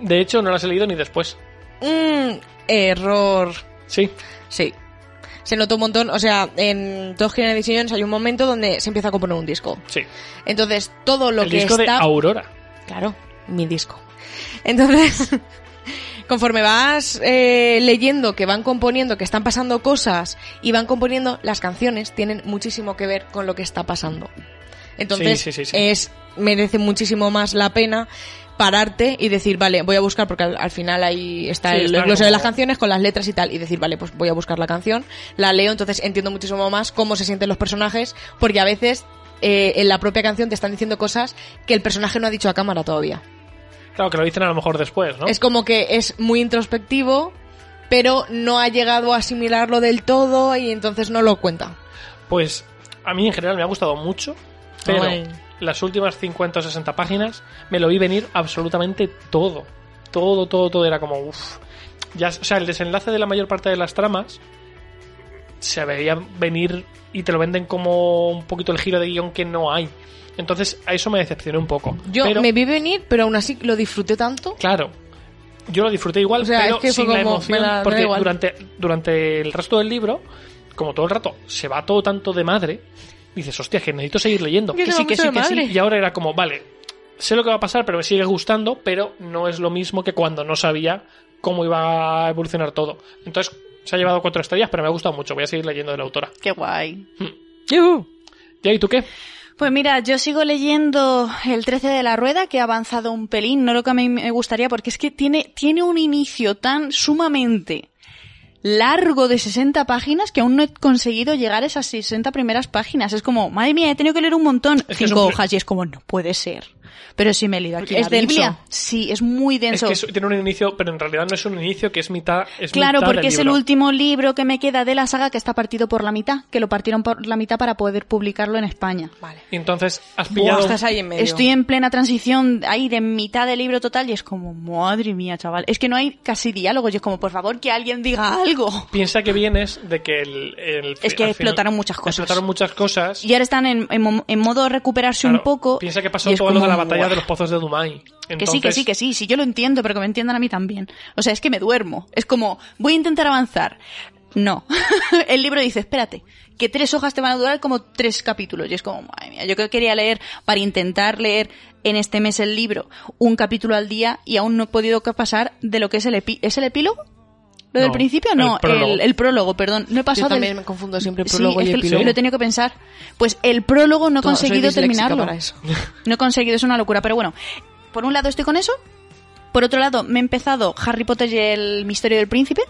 de hecho no las he leído ni después.
Mm, error
Sí,
Mm, sí se notó un montón. O sea, en Dos Quieren Ediciones hay un momento donde se empieza a componer un disco.
Sí.
Entonces, todo lo
el
que
disco
está...
de Aurora.
Claro, mi disco. Entonces, conforme vas eh, leyendo que van componiendo, que están pasando cosas y van componiendo, las canciones tienen muchísimo que ver con lo que está pasando. Entonces,
Sí, sí, sí, sí.
es merece muchísimo más la pena pararte y decir, vale, voy a buscar, porque al, al final ahí está
Sí,
el
está
glosario
como-
de las canciones con las letras y tal, y decir, vale, pues voy a buscar la canción, la leo, entonces entiendo muchísimo más cómo se sienten los personajes, porque a veces eh, en la propia canción te están diciendo cosas que el personaje no ha dicho a cámara todavía.
Claro, que lo dicen a lo mejor después, ¿no?
Es como que es muy introspectivo, pero no ha llegado a asimilarlo del todo y entonces no lo cuenta.
Pues a mí en general me ha gustado mucho, pero
Ay.
las últimas 50 o 60 páginas me lo vi venir absolutamente todo. Todo, todo, todo era como uff. Ya, o sea, el desenlace de la mayor parte de las tramas se veía venir y te lo venden como un poquito el giro de guión que no hay. Entonces, a eso me decepcioné un poco.
Yo
Pero-
me vi venir, pero aún así lo disfruté tanto.
Claro. Yo lo disfruté igual,
O sea,
pero
es que fue
sin la
como,
emoción,
me la- me da
porque
igual.
durante, durante el resto del libro, como todo el rato, se va todo tanto de madre, dices, hostia, que necesito seguir leyendo.
Que
Que
se va
sí, que
mucho
sí,
de
que sí.
madre.
Y ahora era como, vale, sé lo que va a pasar, pero me sigue gustando, pero no es lo mismo que cuando no sabía cómo iba a evolucionar todo. Entonces, se ha llevado cuatro estrellas, pero me ha gustado mucho. Voy a seguir leyendo de la autora. Hmm.
Qué guay.
Ya, ¿y tú qué?
Pues mira, yo sigo leyendo el 13 de la rueda, que ha avanzado un pelín, no lo que a mí me gustaría, porque es que tiene, tiene un inicio tan sumamente largo de 60 páginas que aún no he conseguido llegar a esas 60 primeras páginas. Es como, madre mía, he tenido que leer un montón,
que es
cinco
un-
hojas, y es como, no puede ser. Pero sí me he leído aquí
Es
la
denso.
Biblia. Sí, es muy
Es
denso.
que eso tiene un inicio, pero en realidad no es un inicio, que es mitad. Es
Claro,
mitad del
porque es el
libro.
último libro que me queda de la saga que está partido por la mitad, que lo partieron por la mitad para poder publicarlo en España.
Vale.
Y entonces has
Buah,
pillado.
estás ahí en medio.
Estoy en plena transición ahí de mitad del libro total y es como, madre mía, chaval. Es que no hay casi diálogos y es como, por favor, que alguien diga algo.
Piensa que vienes de que el. el-
Es que
al
explotaron muchas cosas.
Explotaron muchas cosas.
Y ahora están en, en mo- en modo recuperarse
Claro,
un poco.
Piensa que pasó
y es
todo lo de
como,
la batalla
"Buah".
de los pozos de Dumai.
Que sí, que sí, que sí, sí, yo lo entiendo, pero que me entiendan a mí también. O sea, es que me duermo. Es como, voy a intentar avanzar. No. El libro dice, espérate, que tres hojas te van a durar como tres capítulos. Y es como, madre mía, yo que quería leer, para intentar leer en este mes el libro, un capítulo al día y aún no he podido ca- pasar de lo que es el, epi- ¿es el epílogo. ¿Lo del
No,
principio?
el
No, el
prólogo.
el, prólogo, perdón. No he pasado
Yo
del-
también me confundo siempre
Sí,
prólogo
es
y
que
epílogo.
lo he tenido que pensar. Pues el prólogo no he
Todo, soy
conseguido
disléxica
terminarlo.
para eso.
No he conseguido, es una locura. Pero bueno, por un lado estoy con eso. Por otro lado, me he empezado Harry Potter y el misterio del príncipe.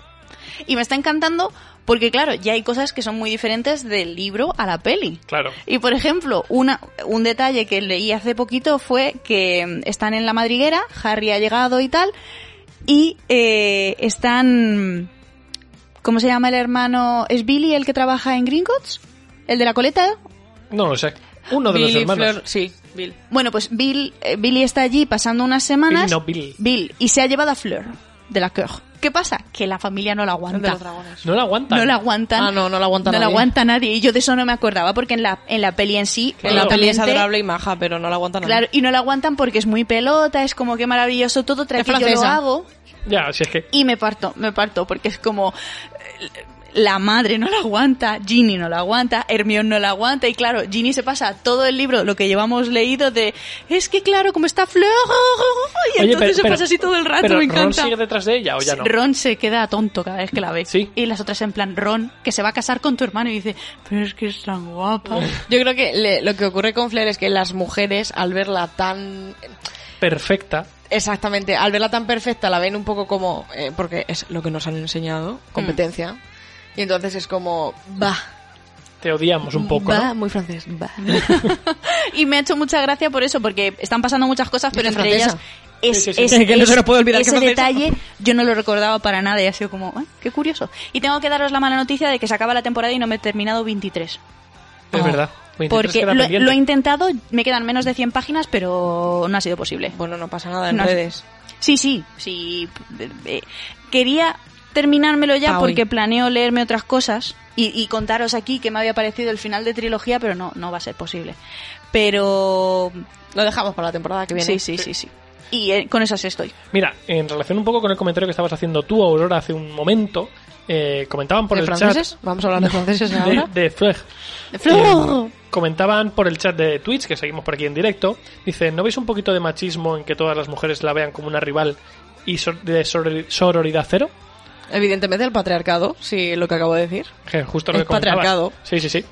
Y me está encantando porque, claro, ya hay cosas que son muy diferentes del libro a la peli.
Claro.
Y por ejemplo, una, un detalle que leí hace poquito fue que mm, están en la madriguera, Harry ha llegado y tal, y eh, están... ¿Cómo se llama el hermano? ¿Es Billy el que trabaja en Gringotts? ¿El de la coleta?
No lo sé. Uno de los
Bill y
hermanos.
Flor- sí, Bill.
Bueno, pues Bill, eh, Billy está allí pasando unas semanas.
Billy, no, Bill.
y se ha llevado a Fleur de la Coeur. ¿Qué pasa? Que la familia no la
El de
aguanta.
los dragones.
No lo aguantan.
No la aguantan.
Ah, no, no la aguanta
No la
nadie.
aguanta nadie. Y yo de eso no me acordaba porque en la, en la peli en sí.
Que la peli es
lógicamente,
adorable y maja, pero no la aguantan
Claro, y no la aguantan porque es muy pelota, es como que maravilloso todo, trae
Es
que yo lo
francesa.
hago.
Ya, si es que.
Y me parto, me parto, porque es como eh, la madre no la aguanta, Ginny no la aguanta, Hermione no la aguanta, y claro, Ginny se pasa todo el libro, lo que llevamos leído, de es que claro, como está Fleur, y
Oye,
entonces
pero-
se
pero-
pasa así todo el rato,
pero
me
Ron
encanta.
sigue detrás de ella o ya no?
Ron se queda tonto cada vez que la ve.
Sí.
Y las otras en plan, Ron, que se va a casar con tu hermano y dice, pero es que es tan guapa.
Yo creo que le- lo que ocurre con Flair es que las mujeres, al verla tan
Perfecta.
Exactamente, al verla tan perfecta la ven un poco como, eh, porque es lo que nos han enseñado, competencia. Y entonces es como, va,
Te odiamos un poco,
va,
¿no?
muy francés, va.
y me ha hecho mucha gracia por eso, porque están pasando muchas cosas, pero
Es
entre
francesa.
ellas es,
Sí, sí, sí.
es-
Que no se nos puede olvidar
ese
que es francesa.
detalle yo no lo recordaba para nada y ha sido como, "Ah, qué curioso. Y tengo que daros la mala noticia de que se acaba la temporada y no me he terminado 23.
Es verdad. 23
Oh. Porque
queda
lo,
pendiente.
lo he intentado, me quedan menos de 100 páginas, pero no ha sido posible.
Bueno, no pasa nada en
No.
redes.
Sí, sí, sí. eh, eh, quería terminármelo ya
Pa' hoy.
porque planeo leerme otras cosas y, y contaros aquí que me había parecido el final de trilogía, pero no, no va a ser posible. Pero...
Lo dejamos para la temporada que viene.
Sí, sí, sí, sí. y eh, con esas estoy.
Mira, en relación un poco con el comentario que estabas haciendo tú, Aurora, hace un momento, eh, comentaban por
¿De
el
franceses?
chat.
Vamos a hablar de franceses ahora.
De, de Frege.
Frege.
Eh, comentaban por el chat de Twitch, que seguimos por aquí en directo. Dice: ¿No veis un poquito de machismo en que todas las mujeres la vean como una rival y sor- de soror- sororidad cero?
Evidentemente el patriarcado, sí, lo que acabo de decir.
Que justo lo
El
que comentabas.
patriarcado.
Sí, sí, sí.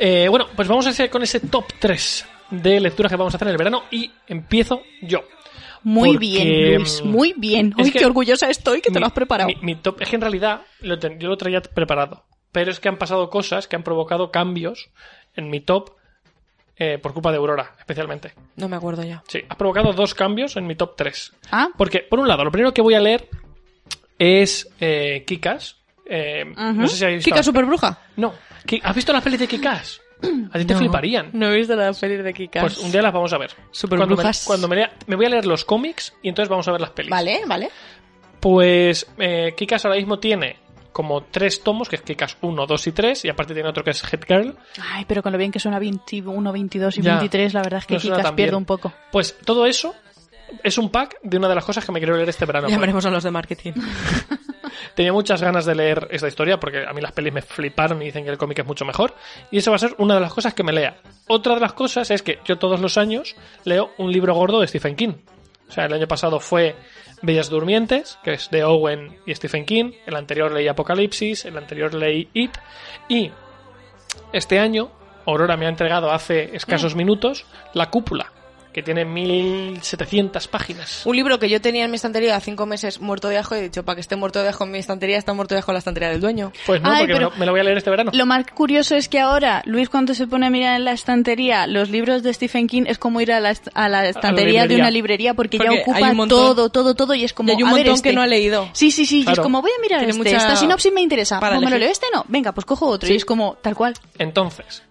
Eh, bueno, pues vamos a hacer con ese top 3 de lecturas que vamos a hacer en el verano y empiezo yo.
Muy
Porque,
bien, Luis,
mm,
muy bien.
es
Uy,
que
qué orgullosa estoy que te
mi-
lo has preparado.
Mi, mi top, es que en realidad lo ten- yo lo traía preparado. Pero es que han pasado cosas que han provocado cambios en mi top eh, por culpa de Aurora, especialmente.
No me acuerdo ya.
Sí, has provocado dos cambios en mi top 3.
Ah,
Porque, por un lado, lo primero que voy a leer es eh, Kikas. Eh,
Ujú.
No sé si habéis visto.
Kika Superbruja.
No, Ki- ¿has visto las pelis de Kikas? A ti te
No.
fliparían.
No he visto la peli de Kika.
Pues un día las vamos a ver. Cuando me,
Superbrujas.
cuando me, lea- me voy a leer los cómics y entonces vamos a ver las pelis.
Vale, vale.
Pues eh, Kikas ahora mismo tiene como tres tomos, que es Kikas 1, 2 y 3, y aparte tiene otro que es Head Girl.
ay, pero con lo bien que suena 21, 22 y
Ya.
23, la verdad es que
No suena
Kikas
tan bien.
pierde un poco.
Pues todo eso es un pack de una de las cosas que me quiero leer este verano. porque
Llamaremos a los de marketing.
Tenía muchas ganas de leer esta historia porque a mí las pelis me fliparon y dicen que el cómic es mucho mejor. Y esa va a ser una de las cosas que me lea. Otra de las cosas es que yo todos los años leo un libro gordo de Stephen King. O sea, el año pasado fue Bellas Durmientes, que es de Owen y Stephen King. El anterior leí Apocalipsis, el anterior leí It. Y este año, Aurora me ha entregado hace escasos
Mm.
minutos La Cúpula, que tiene 1700 páginas.
Un libro que yo tenía en mi estantería hace cinco meses muerto de ajo y he dicho, para que esté muerto de ajo en mi estantería, está muerto de ajo en la estantería del dueño.
Pues no,
Ay,
porque me
pero-
lo- me lo voy a leer este verano.
Lo más curioso es que ahora, Luis, cuando se pone a mirar en la estantería los libros de Stephen King, es como ir a la, est- a la estantería de
librería.
una librería porque,
Porque
ya
hay
ocupa
un montón.
todo, todo, todo y es como.
Y hay un
a ver
montón
este.
que no ha leído.
Sí, sí, sí. y
Claro.
es como voy a mirar
Tiene
este.
mucha-
Esta sinopsis me interesa.
para
Como me lo
elegir.
leo este, no. Venga, pues cojo otro. Y es como, tal cual.
Entonces,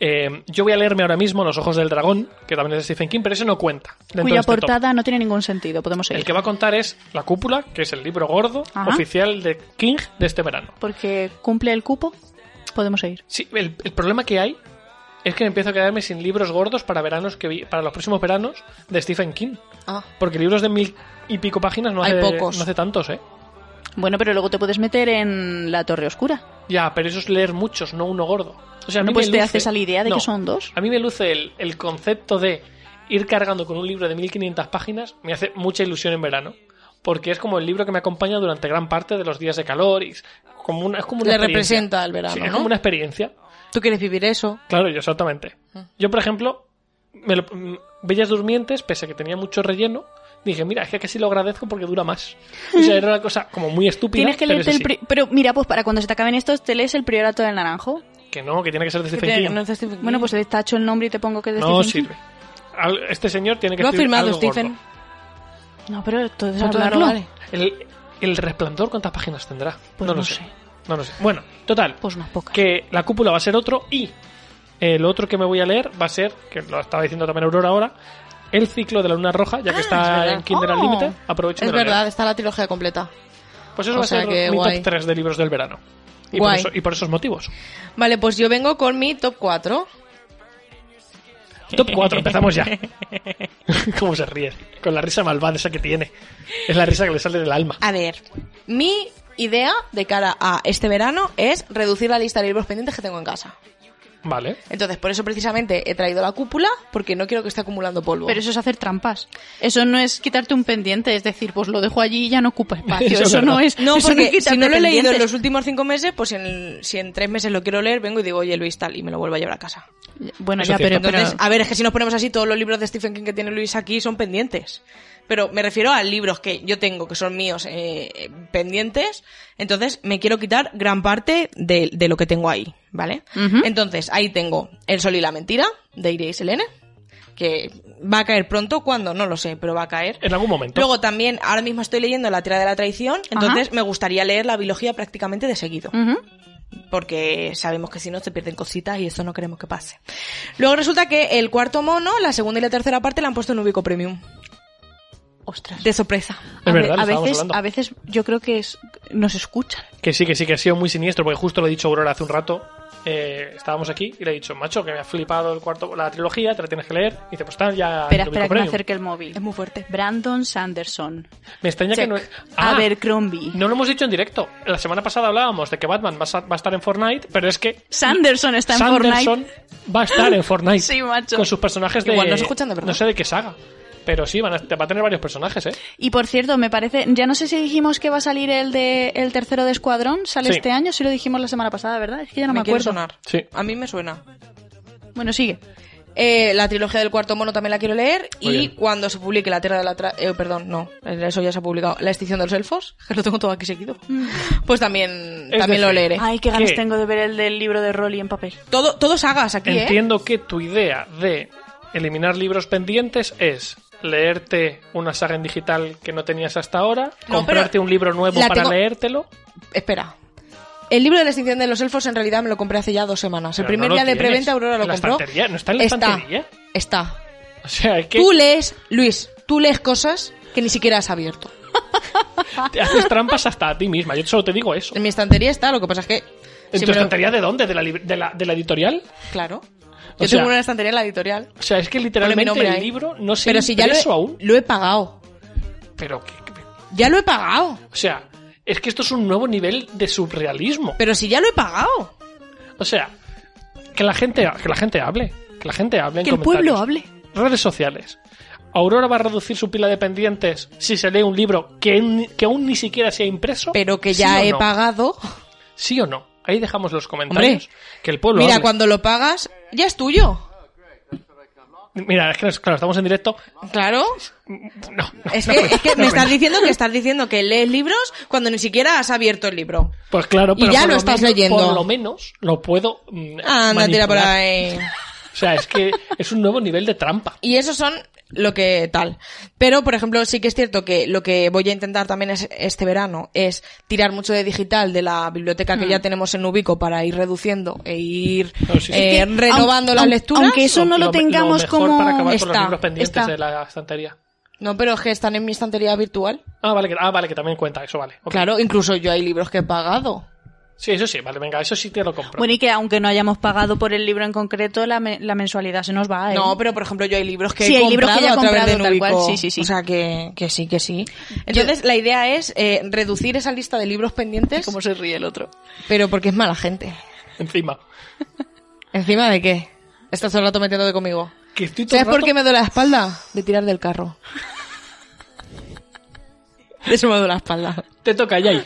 eh, yo voy a leerme ahora mismo Los Ojos del Dragón, que también es de Stephen King, pero ese no cuenta. dentro de
Cuya
este top.
portada no tiene ningún sentido. Podemos
El
seguir.
que va a contar es La Cúpula, que es el libro gordo
Ajá.
oficial de King de este verano.
Porque cumple el cupo. Podemos seguir.
Sí, el, el problema que hay es que empiezo a quedarme sin libros gordos para veranos que vi- para los próximos veranos de Stephen King.
Ah,
Porque libros de mil y pico páginas no
Hay
hace,
pocos.
no hace tantos, ¿eh?
Bueno, pero luego te puedes meter en la Torre Oscura.
Ya, pero eso es leer muchos, no uno gordo. O sea, a mí
Bueno, pues
me
te
luce-
haces a la idea de
No,
que son dos.
A mí me luce el, el concepto de ir cargando con un libro de 1500 páginas, me hace mucha ilusión en verano. Porque es como el libro que me acompaña durante gran parte de los días de calor y es como una, es como una
le
experiencia.
representa el verano,
Sí, es
¿no?
como una experiencia.
¿Tú quieres vivir eso?
Claro, yo exactamente.
Ah.
Yo, por ejemplo, me lo- mm, Bellas Durmientes, pese a que tenía mucho relleno, dije, mira, es que casi lo agradezco porque dura más. O sea, era una cosa como muy estúpida.
Tienes que
pero
leerte
es
el.
así.
pri- Pero mira, pues para cuando se te acaben estos, te lees el priorato del naranjo.
Que no, que tiene que ser de Stephen
Que
King.
no es de Stephen King.
Bueno, pues le tacho el nombre y te pongo que es de
Mm. No
Stephen
sirve. Al- Este señor tiene que
Lo ha
escribir
firmado
algo
Stephen.
gordo.
King. No, pero todo es
Pero todavía no
hablarlo.
vale.
El, el resplandor, ¿cuántas páginas tendrá?
Pues
no lo
no
sé.
sé.
No lo sé. Bueno, total.
Pues unas pocas.
Que la cúpula va a ser otro y eh, lo otro que me voy a leer va a ser, que lo estaba diciendo también Aurora ahora, El ciclo de la luna roja, ya que está en Kinder
Oh.
Unlimited. Aprovecho y
Es
me lo leo.
verdad, está la trilogía completa.
Pues eso
O
va a
sea
ser
que
mi
guay.
top 3 de libros del verano. Y por,
Guay.
eso- y por esos motivos.
Vale, pues yo vengo con mi top 4.
Top 4, empezamos ya. ¿Cómo se ríe? Con la risa malvada esa que tiene. Es la risa que le sale del alma.
A ver, mi idea de cara a este verano es reducir la lista de libros pendientes que tengo en casa.
Vale.
Entonces, por eso precisamente he traído la cúpula, porque no quiero que esté acumulando polvo.
Pero eso es hacer trampas. Eso no es quitarte un pendiente, es decir, pues lo dejo allí y ya no ocupa espacio.
Eso
Eso,
es verdad.
no es.
no,
eso
porque
es quitarte
si no lo he leído en
pendientes.
los últimos cinco meses, pues en el- si en tres meses lo quiero leer, vengo y digo, oye Luis, tal, y me lo vuelvo a llevar a casa.
Bueno,
Eso
ya,
es cierto.
pero, Eh, pero-
Entonces, a ver, es que si nos ponemos así, todos los libros de Stephen King que tiene Luis aquí son pendientes. Pero me refiero a libros que yo tengo, que son míos, eh, pendientes. Entonces, me quiero quitar gran parte de, de lo que tengo ahí, ¿vale?
Ujú.
Entonces, ahí tengo El Sol y la Mentira, de Iris Selene, que va a caer pronto, ¿cuándo? No lo sé, pero va a caer.
En algún momento.
Luego también, ahora mismo estoy leyendo La tira de la traición, entonces me gustaría leer la biología prácticamente de seguido
Ujú.
porque sabemos que si no se pierden cositas y eso no queremos que pase. Luego resulta que el cuarto mono, la segunda y la tercera parte la han puesto en Ubico Premium.
Ostras.
De sorpresa.
Es
ve-
verdad, lo estábamos
veces,
hablando.
a veces yo creo que es, nos escuchan.
Que sí, que sí, que ha sido muy siniestro, porque justo lo ha dicho Aurora hace un rato, eh, estábamos aquí y le he dicho, macho, que me ha flipado el cuarto, la trilogía, te la tienes que leer. Y dice, pues tal, ya.
Espera,
lo vi
espera, que
con
me
premium.
acerque el móvil.
Es muy fuerte.
Brandon Sanderson.
Me extraña que
Check.
no.
A
Ah,
ver, Crombie.
No lo hemos dicho en directo. La semana pasada hablábamos de que Batman va a, va a estar en Fortnite, pero es que
Sanderson está en
Sanderson
Fortnite.
va a estar en Fortnite.
Sí, macho.
Con sus personajes de.
Igual nos escuchan de verdad.
No sé de qué saga. Pero sí, van a, va a tener varios personajes, ¿eh?
Y por cierto, me parece, ya no sé si dijimos que va a salir el de el tercero de Escuadrón, sale
Sí.
este año, si lo dijimos la semana pasada, ¿verdad? Es que ya no me,
quiere
acuerdo.
sonar.
Sí.
A mí me suena.
Bueno, sigue.
Eh, la trilogía del cuarto mono también la quiero leer
Muy
y
bien.
cuando se publique la Tierra de la Tra- eh, perdón, no, eso ya se ha publicado, la extinción de los elfos, que lo tengo todo aquí seguido. Pues también
Es decir,
también lo leeré.
Ay, qué ganas
¿Qué?
tengo de ver el del libro de Rolly en papel.
Todo todo sagas aquí, ¿eh?
Entiendo que tu idea de eliminar libros pendientes es leerte una saga en digital que no tenías hasta ahora,
No,
comprarte
pero
un libro nuevo
la
para
tengo-
leértelo.
Espera. El libro de la extinción de los elfos en realidad me lo compré hace ya dos semanas. El
Pero
primer
no lo
día de
tienes.
preventa Aurora lo
En la
compró.
estantería, ¿no está en la estantería?
Está.
O sea, es que
Tú lees, Luis, tú lees cosas que ni siquiera has abierto.
te haces trampas hasta a ti misma. Yo solo te digo eso.
En mi estantería está, lo que pasa es que
¿En
si
tu
me lo-
estantería de dónde? ¿De la, lib- de la- de la editorial?
Claro.
O
Yo
sea-
tengo una estantería en la editorial.
O sea, es que
Ponle mi
literalmente
nombre
el
ahí.
libro no se
Pero
ha
si ya lo he,
impreso aún.
lo he pagado.
Pero, que- que-
Ya lo he pagado.
o sea, es que esto es un nuevo nivel de surrealismo.
Pero si ya lo he pagado.
O sea, que la gente, que la gente hable. Que la gente hable en
Que el pueblo
comentarios.
hable.
Redes sociales. Aurora va a reducir su pila de pendientes si se lee un libro que, ni- que aún ni siquiera se ha impreso.
Pero que
¿Sí
ya
o
he
no?
pagado.
Sí o no. Ahí dejamos los comentarios. que el pueblo
Mira,
hable.
cuando lo pagas, ya es tuyo.
Mira, es que nos- claro, estamos en directo.
Claro.
No, no,
Es
no,
que, es que
no,
me
no.
estás diciendo que estás diciendo que lees libros cuando ni siquiera has abierto el libro.
Pues claro,
Y
pero
ya
por
lo estás
menos-
leyendo. Ah,
Por lo menos lo puedo. mm,
Anda, tira por
manipular.
ahí.
O sea, es que es un nuevo nivel de trampa.
Y esos son lo que tal. Pero, por ejemplo, sí que es cierto que lo que voy a intentar también es, este verano es tirar mucho de digital de la biblioteca que ya tenemos en Ubico para ir reduciendo e ir
Hmm. Claro, sí, sí.
eh,
Es que,
renovando
aun-
las
aun-
lecturas.
aunque eso no lo tengamos
mejor
como-
para acabar con
Está,
los libros pendientes
está.
de la estantería.
No, pero es que están en mi estantería virtual.
Ah vale, que, ah, vale, que también cuenta, eso vale. Ok.
Claro, incluso yo hay libros que he pagado.
Sí, eso sí, vale, venga, eso sí te lo compro.
Bueno, y que aunque no hayamos pagado por el libro en concreto, la, me- la mensualidad se nos va. ¿eh?
No, pero por ejemplo yo hay libros que
Sí,
he
hay libros
comprado
que ya he
a
comprado,
través de
tal cual,
Nubico.
sí, sí, sí.
O sea que, que sí, que sí. Entonces la idea es eh, reducir esa lista de libros pendientes,
¿Cómo se ríe el otro?
pero porque es mala gente.
Encima.
¿Encima de qué? Estás todo el rato metiéndote conmigo.
Que estoy todo
¿Sabes
el rato-
por qué me duele la espalda? De tirar del carro. De eso me duele la espalda.
Te toca, Yay.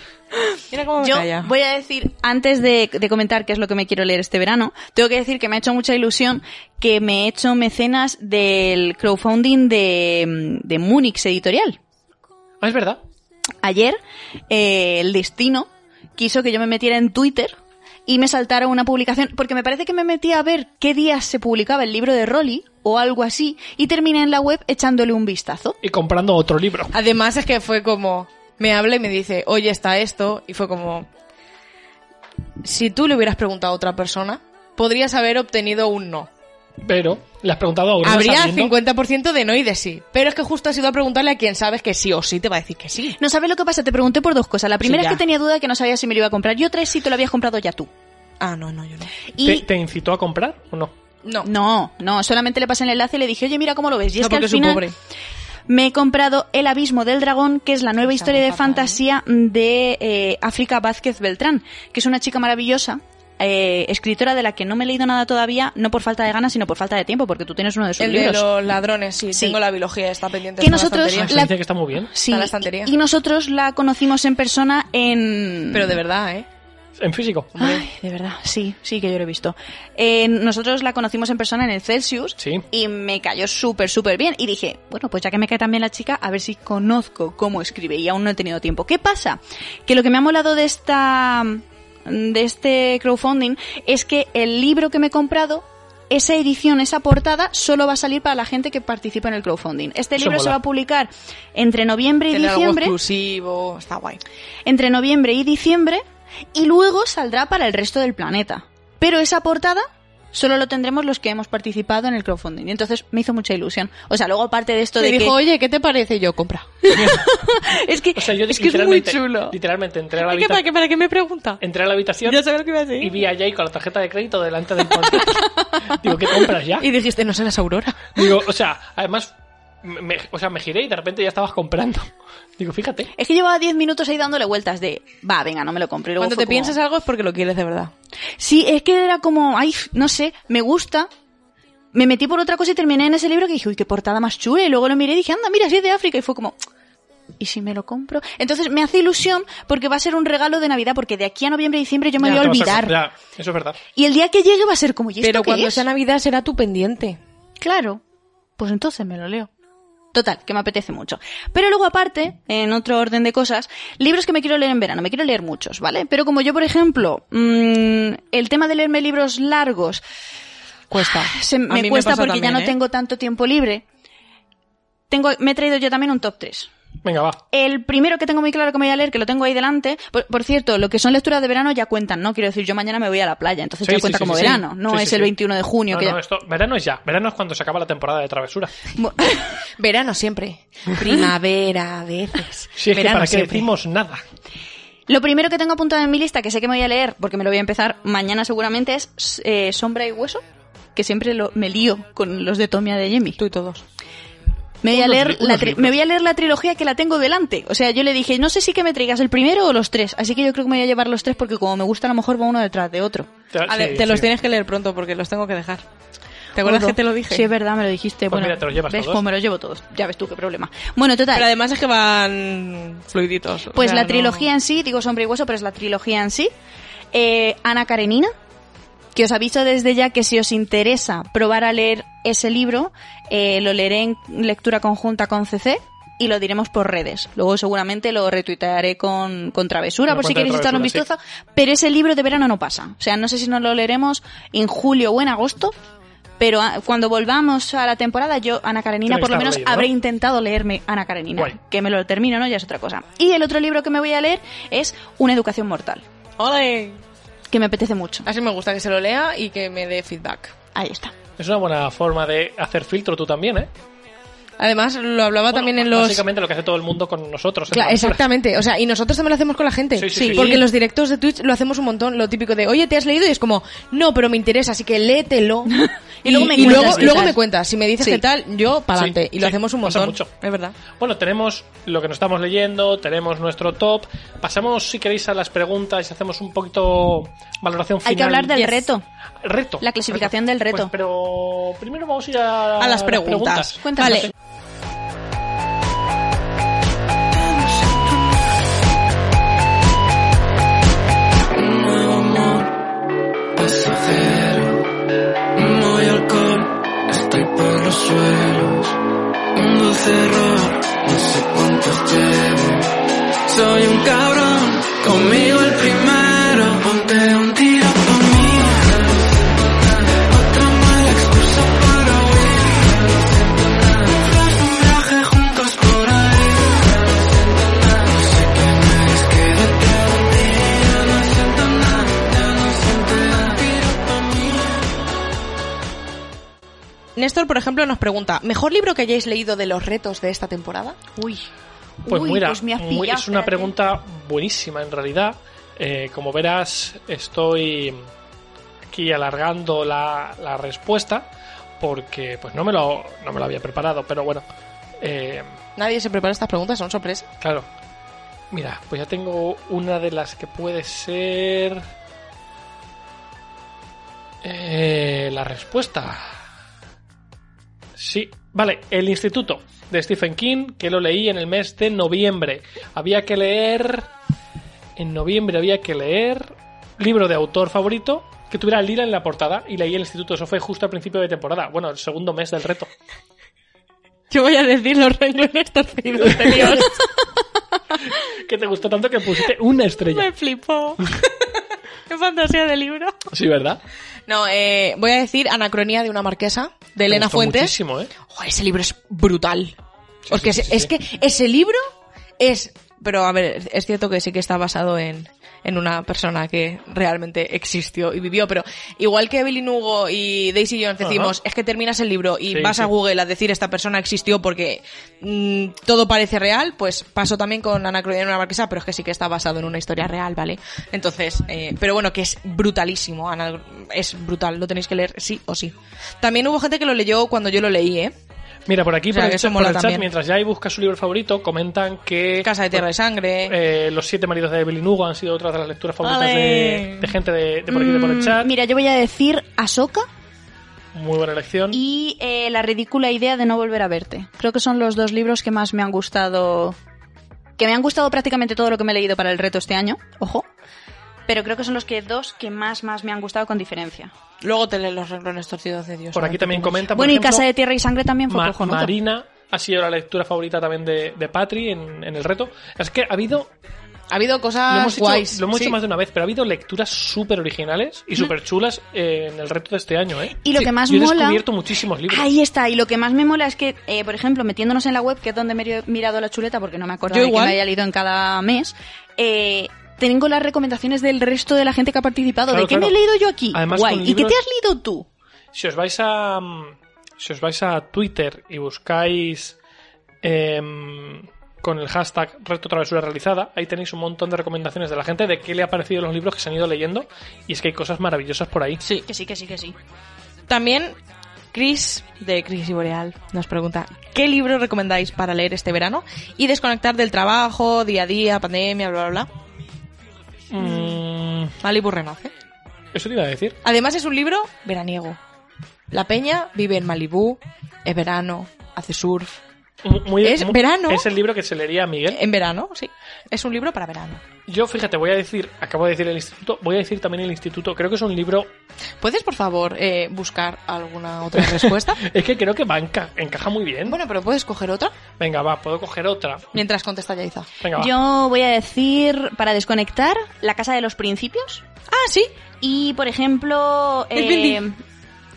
Mira cómo me
Yo
calla.
voy a decir, antes de, de comentar qué es lo que me quiero leer este verano, tengo que decir que me ha hecho mucha ilusión que me he hecho mecenas del crowdfunding de, de Múnich Editorial.
Ah, es verdad.
Ayer, eh, el destino quiso que yo me metiera en Twitter y me saltara una publicación, porque me parece que me metí a ver qué días se publicaba el libro de Rolly o algo así, y terminé en la web echándole un vistazo.
Y comprando otro libro.
Además es que fue como, me habla y me dice, oye, está esto, y fue como, si tú le hubieras preguntado a otra persona, podrías haber obtenido un no.
Pero, le has preguntado a Aurora
Habría
sabiendo-
50% de no y de sí. Pero es que justo has ido a preguntarle a quien sabes que sí o sí te va a decir que sí.
No sabes lo que pasa, te pregunté por dos cosas. La primera
ya.
es que tenía duda de que no sabía si me lo iba a comprar. Yo tres si te lo habías comprado ya tú.
Ah, no, no, yo no.
Y
¿Te, te incitó a comprar o no?
No,
No, no, solamente le pasé el enlace y le dije, oye, mira cómo lo ves. Y
no,
es que al
porque es un
final
pobre.
me he comprado El Abismo del Dragón, que es la nueva
Está
historia
muy
de
fatal,
fantasía de eh, África Vázquez Beltrán, que es una chica maravillosa. eh, escritora de la que no me he leído nada todavía, no por falta de ganas, sino por falta de tiempo, porque tú tienes uno de sus
El de
libros.
los ladrones, sí,
Sí.
Tengo la biología, está pendiente.
Que
está en
nosotros
Ah,
estantería.
eso
La-
dice que está muy bien.
Sí,
está en la estantería.
y nosotros la conocimos en persona en...
Pero de verdad, ¿eh?
En físico.
Ay, de verdad, sí, sí que yo lo he visto. Eh, nosotros la conocimos en persona en el Celsius
Sí.
y me cayó súper, súper bien. Y dije, bueno, pues ya que me cae tan bien la chica, a ver si conozco cómo escribe y aún no he tenido tiempo. ¿Qué pasa? Que lo que me ha molado de esta de este crowdfunding es que el libro que me he comprado esa edición, esa portada, solo va a salir para la gente que participa en el crowdfunding. Este
Eso
libro se
mola.
va a publicar entre noviembre y
Tiene algo
diciembre
exclusivo, está guay.
entre noviembre y diciembre y luego saldrá para el resto del planeta. Pero esa portada solo lo tendremos los que hemos participado en el crowdfunding. Y entonces me hizo mucha ilusión. O sea, luego aparte de esto
Me
de
dijo,
que...
oye, ¿qué te parece? Y yo, compra.
es que,
O sea, yo
es, que es muy
literalmente-
chulo.
Literalmente entré a la,
¿Para qué,
habita-
para, qué, ¿Para qué me pregunta?
entré a la habitación
Ya sabes lo que iba a decir.
y vi a Jay con la tarjeta de crédito delante del portal. Digo, ¿qué compras ya?
Y dijiste, no serás Aurora.
Digo, o sea, además, me- me- o sea, me giré y de repente ya estabas comprando. Digo, fíjate.
Es que llevaba 10 minutos ahí dándole vueltas de, va, venga, no me lo compré. Y luego
Cuando
fue
te
como-
piensas algo es porque lo quieres de verdad.
Sí, es que era como, ay, no sé, me gusta. Me metí por otra cosa y terminé en ese libro que dije, uy, qué portada más chula. Y luego lo miré y dije, anda, mira, sí es de África. Y fue como, ¿y si me lo compro? Entonces me hace ilusión porque va a ser un regalo de Navidad, porque de aquí a noviembre y diciembre yo me
Ya,
voy a
te vas
olvidar.
ya, eso es verdad.
Y el día que llegue va a ser como, ¿y esto
Pero
qué
cuando
es?
sea Navidad será tu pendiente.
Claro, pues entonces me lo leo. Total, que me apetece mucho. Pero luego aparte, en otro orden de cosas, libros que me quiero leer en verano, me quiero leer muchos, ¿vale? Pero como yo, por ejemplo, mm, el tema de leerme libros largos
Cuesta.
Ah, se-
A mí
me cuesta
pasa
porque ya
también,
no
¿eh?
tengo tanto tiempo libre, tengo, me he traído yo también un top 3.
Venga, va.
El primero que tengo muy claro que me voy a leer, que lo tengo ahí delante, por, por cierto, lo que son lecturas de verano ya cuentan, ¿no? Quiero decir, yo mañana me voy a la playa, entonces
Sí,
ya
sí,
cuenta
sí,
como
sí, sí.
verano, no
Sí, sí,
es
sí.
el 21 de junio
No,
que ya...
no, esto, verano es ya. Verano es cuando se acaba la temporada de travesura.
Bu-
Verano siempre. Primavera a veces.
Si es que
Verano
para qué
siempre.
decimos nada.
Lo primero que tengo apuntado en mi lista, que sé que me voy a leer, porque me lo voy a empezar mañana seguramente, es eh, Sombra y Hueso, que siempre lo, me lío con los de Tomia de Jimmy.
Tú y todos.
Me voy, a
Unos
leer
li-
la
unos
tri-
libros.
me voy a leer la trilogía que la tengo delante. O sea, yo le dije, no sé si que me traigas el primero o los tres, así que yo creo que me voy a llevar los tres porque como me gusta a lo mejor va uno detrás de otro.
Te,
A ver,
Ah, sí,
te los
sí.
tienes que leer pronto porque los tengo que dejar. ¿Te acuerdas
Gordo.
que te lo dije?
Sí, es verdad, me lo dijiste.
Pues
bueno,
mira, te los llevas
¿ves?
todos.
Pues me los llevo todos. Ya ves tú qué problema. Bueno, total.
Pero además es que van fluiditos. o
Pues
sea,
la
no-
trilogía en sí, digo sombra y hueso, pero es la trilogía en sí. Eh, Ana Karenina, que os aviso desde ya que si os interesa probar a leer ese libro, eh, lo leeré en lectura conjunta con CC y lo diremos por redes. Luego seguramente lo retuitearé con, con Travesura,
Con la
por si
cuenta de
queréis echar un
Travesura,
vistazo. Pero ese libro de verano no pasa. O sea, no sé si nos lo leeremos en julio o en agosto. Pero ah, cuando volvamos a la temporada, yo, Ana Karenina,
Tiene que
por lo
estar
menos
leído, ¿no?
habré intentado leerme Ana Karenina.
Guay.
Que me lo termino, ¿no? Ya es otra cosa. Y el otro libro que me voy a leer es Una educación mortal,
¡Ole!
que me apetece mucho.
Así me gusta que se lo lea y que me dé feedback.
Ahí está.
Es una buena forma de hacer filtro tú también, ¿eh?
Además, lo hablaba
Bueno,
también en los...
Básicamente lo que hace todo el mundo con nosotros. en
Claro,
Travesura.
exactamente. O sea, y nosotros también lo hacemos con la gente.
Sí, sí, sí.
Porque en los directos de Twitch lo hacemos un montón. Lo típico de, oye, ¿te has leído? Y es como, no, pero me interesa, así que léetelo.
Y luego me
luego-
cuentas qué
luego
tal.
me cuentas. Si me dices
Sí.
qué tal, yo para adelante.
Sí,
y lo
sí,
hacemos un
pasa
montón.
mucho.
Es verdad.
Bueno, tenemos lo que nos estamos leyendo, tenemos nuestro top. Pasamos, si queréis, a las preguntas y hacemos un poquito valoración final.
Hay que hablar del reto.
reto.
la clasificación del reto.
Pues, pero primero vamos a ir a,
A las preguntas.
Cuéntanos.
Vale.
paso cero. No hay alcohol, estoy por los suelos. Un dulce error, no sé cuántos llevo. Soy un cabrón, conmigo el primero. Ponte un tiro por mí. Otra mala excusa para huir. Tras un viaje juntos por ahí. Sé que me quedé
Néstor, por ejemplo, nos pregunta, ¿mejor libro que hayáis leído de los retos de esta temporada?
Uy.
Pues
Uy,
mira,
pues me has
muy-
pillado,
es una
espérate.
pregunta buenísima en realidad. Eh, como verás, estoy aquí alargando la, la respuesta porque pues no me lo, no me lo había preparado, pero bueno. Eh,
Nadie se prepara estas preguntas, son sorpresa.
Claro. Mira, pues ya tengo una de las que puede ser. eh, la respuesta. Sí, vale, El Instituto de Stephen King, que lo leí en el mes de noviembre. Había que leer. En noviembre había que leer. Libro de autor favorito que tuviera Lila en la portada y leí El Instituto. Eso fue justo al principio de temporada. Bueno, el segundo mes del reto.
Yo voy a decir los renglones torcidos de Dios.
Que te gustó tanto que pusiste una estrella.
Me flipó. Qué fantasía de libro.
Sí, ¿verdad?
No, eh, voy a decir Anacronía de una marquesa, de
Me
Elena
gustó
Fuentes.
Muchísimo, ¿eh?
Ojo, ese libro es brutal. Porque
sí,
es,
sí,
es
sí.
que ese libro es... Pero a ver, es cierto que sí que está basado en, en una persona que realmente existió y vivió. Pero igual que Evelyn Hugo y Daisy Jones decimos, es que terminas el libro y
Sí,
vas a
sí.
Google a decir esta persona existió porque mm, todo parece real, pues pasó también con Ana Carolina en una marquesa, pero es que sí que está basado en una historia real, ¿vale? Entonces, eh, pero bueno, que es brutalísimo, Ana, es brutal, lo tenéis que leer sí o sí. También hubo gente que lo leyó cuando yo lo leí, ¿eh?
Mira, por aquí,
O sea,
por, el,
que eso
chat-
mola
por el chat,
también.
mientras ya busca su libro favorito, comentan que. pues,
Casa de Tierra y Sangre.
eh, los siete maridos de Evelyn Hugo han sido otras de las lecturas favoritas
Ale.
de, de gente de, de por aquí de
Mm,
por el chat.
Mm, Mira, yo voy a decir Ahsoka
Muy buena elección.
y eh, La ridícula idea de no volver a verte. Creo que son los dos libros que más me han gustado. Que me han gustado prácticamente todo lo que me he leído para el reto este año, ojo. Pero creo que son los que dos que más más me han gustado con diferencia.
Luego te lees los renglones torcidos de Dios.
por aquí también comenta. por
bueno, y
ejemplo,
Casa de Tierra y Sangre también fue
Ma-
cojonudo.
Marina ha sido la lectura favorita también de, de Patri en, en el reto. Es que ha habido.
Ha habido
lo
cosas
hemos,
Ah, guays.
hecho, lo hemos
sí.
hecho más de una vez, pero ha habido lecturas súper originales y súper chulas en el reto de este año, ¿eh?
Y lo que más
Yo he
mola-
descubierto muchísimos libros.
Ahí está, y lo que más me mola es que, eh, por ejemplo, metiéndonos en la web, que es donde me he mirado la chuleta, porque no me acuerdo
Yo
de que me
igual.
haya leído en cada mes, eh, tengo las recomendaciones del resto de la gente que ha participado,
Claro,
de qué
claro.
me he leído yo aquí,
Además,
guay,
con
y qué te
libros-
has leído tú.
Si os vais a. mm, Si os vais a Twitter y buscáis. em, con el hashtag Reto Travesura Realizada, ahí tenéis un montón de recomendaciones de la gente de qué le ha parecido los libros que se han ido leyendo. Y es que hay cosas maravillosas por ahí.
Que sí, que sí, que sí.
También Chris de Crisis Boreal nos pregunta ¿qué libro recomendáis para leer este verano? Y desconectar del trabajo, día a día, pandemia, bla, bla, bla.
Mm,
Malibu renace.
eso te iba a decir.
Además es un libro veraniego. La peña vive en Malibú, es verano, hace surf.
Mu- muy-
Es
mu-
verano. Eh.
Es el libro que se leería a Miguel.
En verano, sí. Es un libro para verano.
Yo, fíjate, voy a decir, acabo de decir el instituto, voy a decir también el instituto. Creo que es un libro,
¿Puedes, por favor, eh, buscar alguna otra respuesta?
es que creo que va, enca- encaja muy bien.
bueno, pero puedes coger otra
Venga, va, puedo coger otra.
mientras contesta Yaiza.
Venga, va.
Yo voy a decir, para desconectar, La Casa de los Principios,
Ah, sí.
y por ejemplo...
Es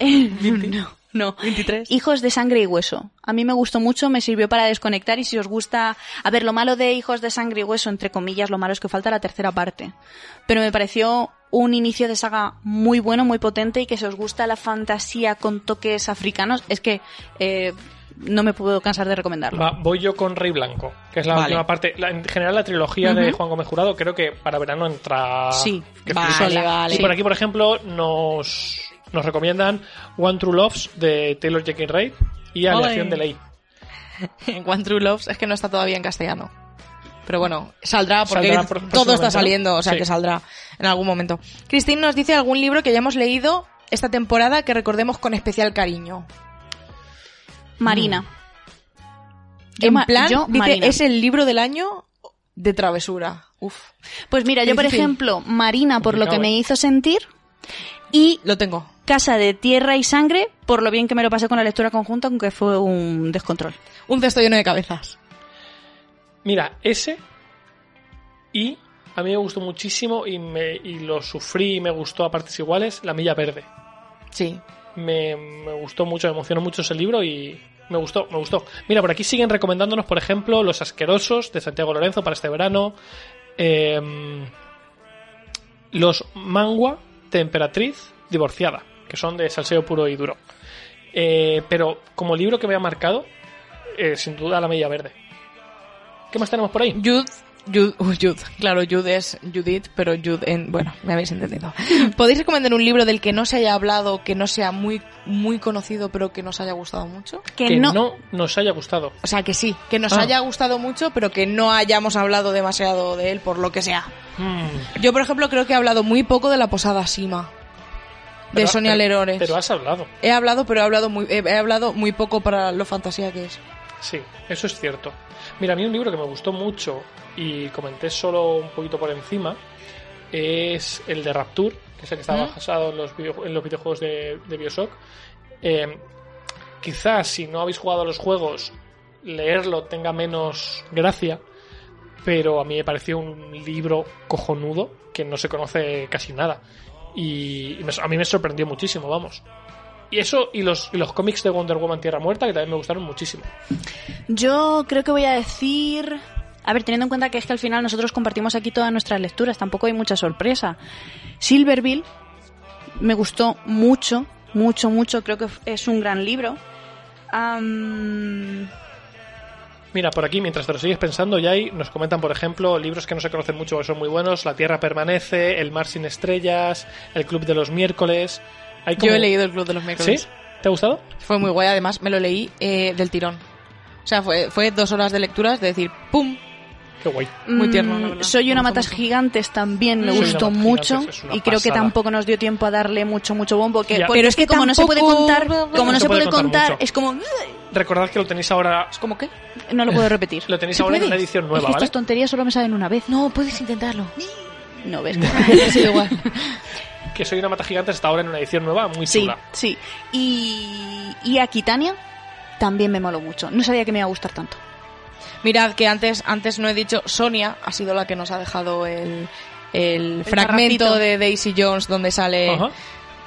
eh, no, no.
23.
Hijos de sangre y hueso. A mí me gustó mucho, me sirvió para desconectar y si os gusta, a ver, lo malo de Hijos de sangre y hueso, entre comillas, lo malo es que falta la tercera parte. Pero me pareció un inicio de saga muy bueno, muy potente y que si os gusta la fantasía con toques africanos, es que eh, no me puedo cansar de recomendarlo.
Va, voy yo con Rey Blanco, que es la
Vale.
última parte. La- en general, la trilogía de
Ujú.
Juan Gómez Jurado creo que para verano entra...
Sí,
que
vale,
flipas.
vale.
Y por aquí, por ejemplo, nos, nos recomiendan One True Loves de Taylor Jekyll Ray y Aleación de Ley.
En One True Loves es que no está todavía en castellano. Pero bueno, saldrá porque
Saldrá por-
todo
próximamente,
está
¿no?
saliendo, o sea
Sí.
que saldrá en algún momento. Cristín nos dice algún libro que hayamos leído esta temporada que recordemos con especial cariño.
Marina. Yo
en
ma-
plan,
yo,
dice,
Marina.
es el libro del año de travesura. Uf,
Pues mira, yo por
difícil.
ejemplo, Marina por lo que
Complicado,
me
¿eh?
hizo sentir y
lo tengo.
Casa de Tierra y Sangre por lo bien que me lo pasé con la lectura conjunta, aunque fue un descontrol.
Un cesto lleno de cabezas.
Mira, ese y a mí me gustó muchísimo y, me, y lo sufrí y me gustó a partes iguales, La Milla Verde.
Sí.
Me, me gustó mucho, me emocionó mucho ese libro y me gustó, me gustó. Mira, por aquí siguen recomendándonos, por ejemplo, Los Asquerosos de Santiago Lorenzo para este verano. em, los Mangua de Emperatriz Divorciada, que son de salseo puro y duro. Eh, pero como libro que me ha marcado, eh, sin duda La Milla Verde. ¿Qué más tenemos por ahí?
Jude, Jude, uh, Jude. Claro, Jude es Judith, pero Jude en... Bueno, me habéis entendido. ¿Podéis recomendar un libro del que no se haya hablado, que no sea muy, muy conocido, pero que nos haya gustado mucho?
Que,
que no.
no,
nos haya gustado.
O sea, que sí, que nos
Ah.
haya gustado mucho, pero que no hayamos hablado demasiado de él, por lo que sea. Yo, por ejemplo, creo que he hablado muy poco de La Posada Sima, de
Pero-
Sonia
pero-
Lerores.
Pero has hablado.
He hablado, pero he hablado, muy, he, he hablado muy poco para lo fantasía que es.
Sí, eso es cierto. Mira, a mí un libro que me gustó mucho y comenté solo un poquito por encima es el de Rapture, que es el que estaba basado en los, video- en los videojuegos de, de Bioshock. Eh, quizás si no habéis jugado a los juegos, leerlo tenga menos gracia, pero a mí me pareció un libro cojonudo que no se conoce casi nada. Y y me- a mí me sorprendió muchísimo, vamos. Y eso, y los, y los cómics de Wonder Woman Tierra Muerta, que también me gustaron muchísimo.
yo creo que voy a decir A ver, teniendo en cuenta que es que al final nosotros compartimos aquí todas nuestras lecturas, tampoco hay mucha sorpresa. Silverville me gustó mucho, mucho, mucho. Creo que es un gran libro. Am,
Mira, por aquí, mientras te lo sigues pensando, ya hay, nos comentan, por ejemplo, libros que no se conocen mucho que son muy buenos, La Tierra Permanece, El Mar Sin Estrellas, El Club de los Miércoles. Hay como-
Yo he leído El Club de los
¿Sí?
Miércoles.
¿Te ha gustado?
Fue muy guay, además me lo leí eh, del tirón. O sea, fue, fue dos horas de lecturas de decir ¡pum!
Qué guay.
Muy tierno,
mm,
la verdad.
Soy
Me
una
gustó
matas
mucho.
gigantes también, me
Soy una
gustó
matas
mucho.
gigantes, es una
Y creo que
pasada.
tampoco nos dio tiempo a darle mucho, mucho bombo. Que,
Ya.
porque
Pero es que
como no se puede
tampoco-
contar, como no se puede contar,
mucho.
es como "Ugh",
Recordad que lo tenéis ahora.
Es como que...
no lo puedo repetir.
Eh, Lo tenéis
¿Se
ahora en
puede?
una edición
Es
nueva,
que
¿vale?
Estas tonterías solo me salen una vez. No,
No, puedes intentarlo.
no ves.
Ha sido igual.
Que soy una mata gigante está ahora en una edición nueva muy
Sí,
chula.
sí. Y, y Aquitania también me moló mucho. No sabía que me iba a gustar tanto.
Mirad que antes, antes no he dicho, Sonia ha sido la que nos ha dejado el, el fragmento
parrafito.
de Daisy Jones donde sale,
Ajá.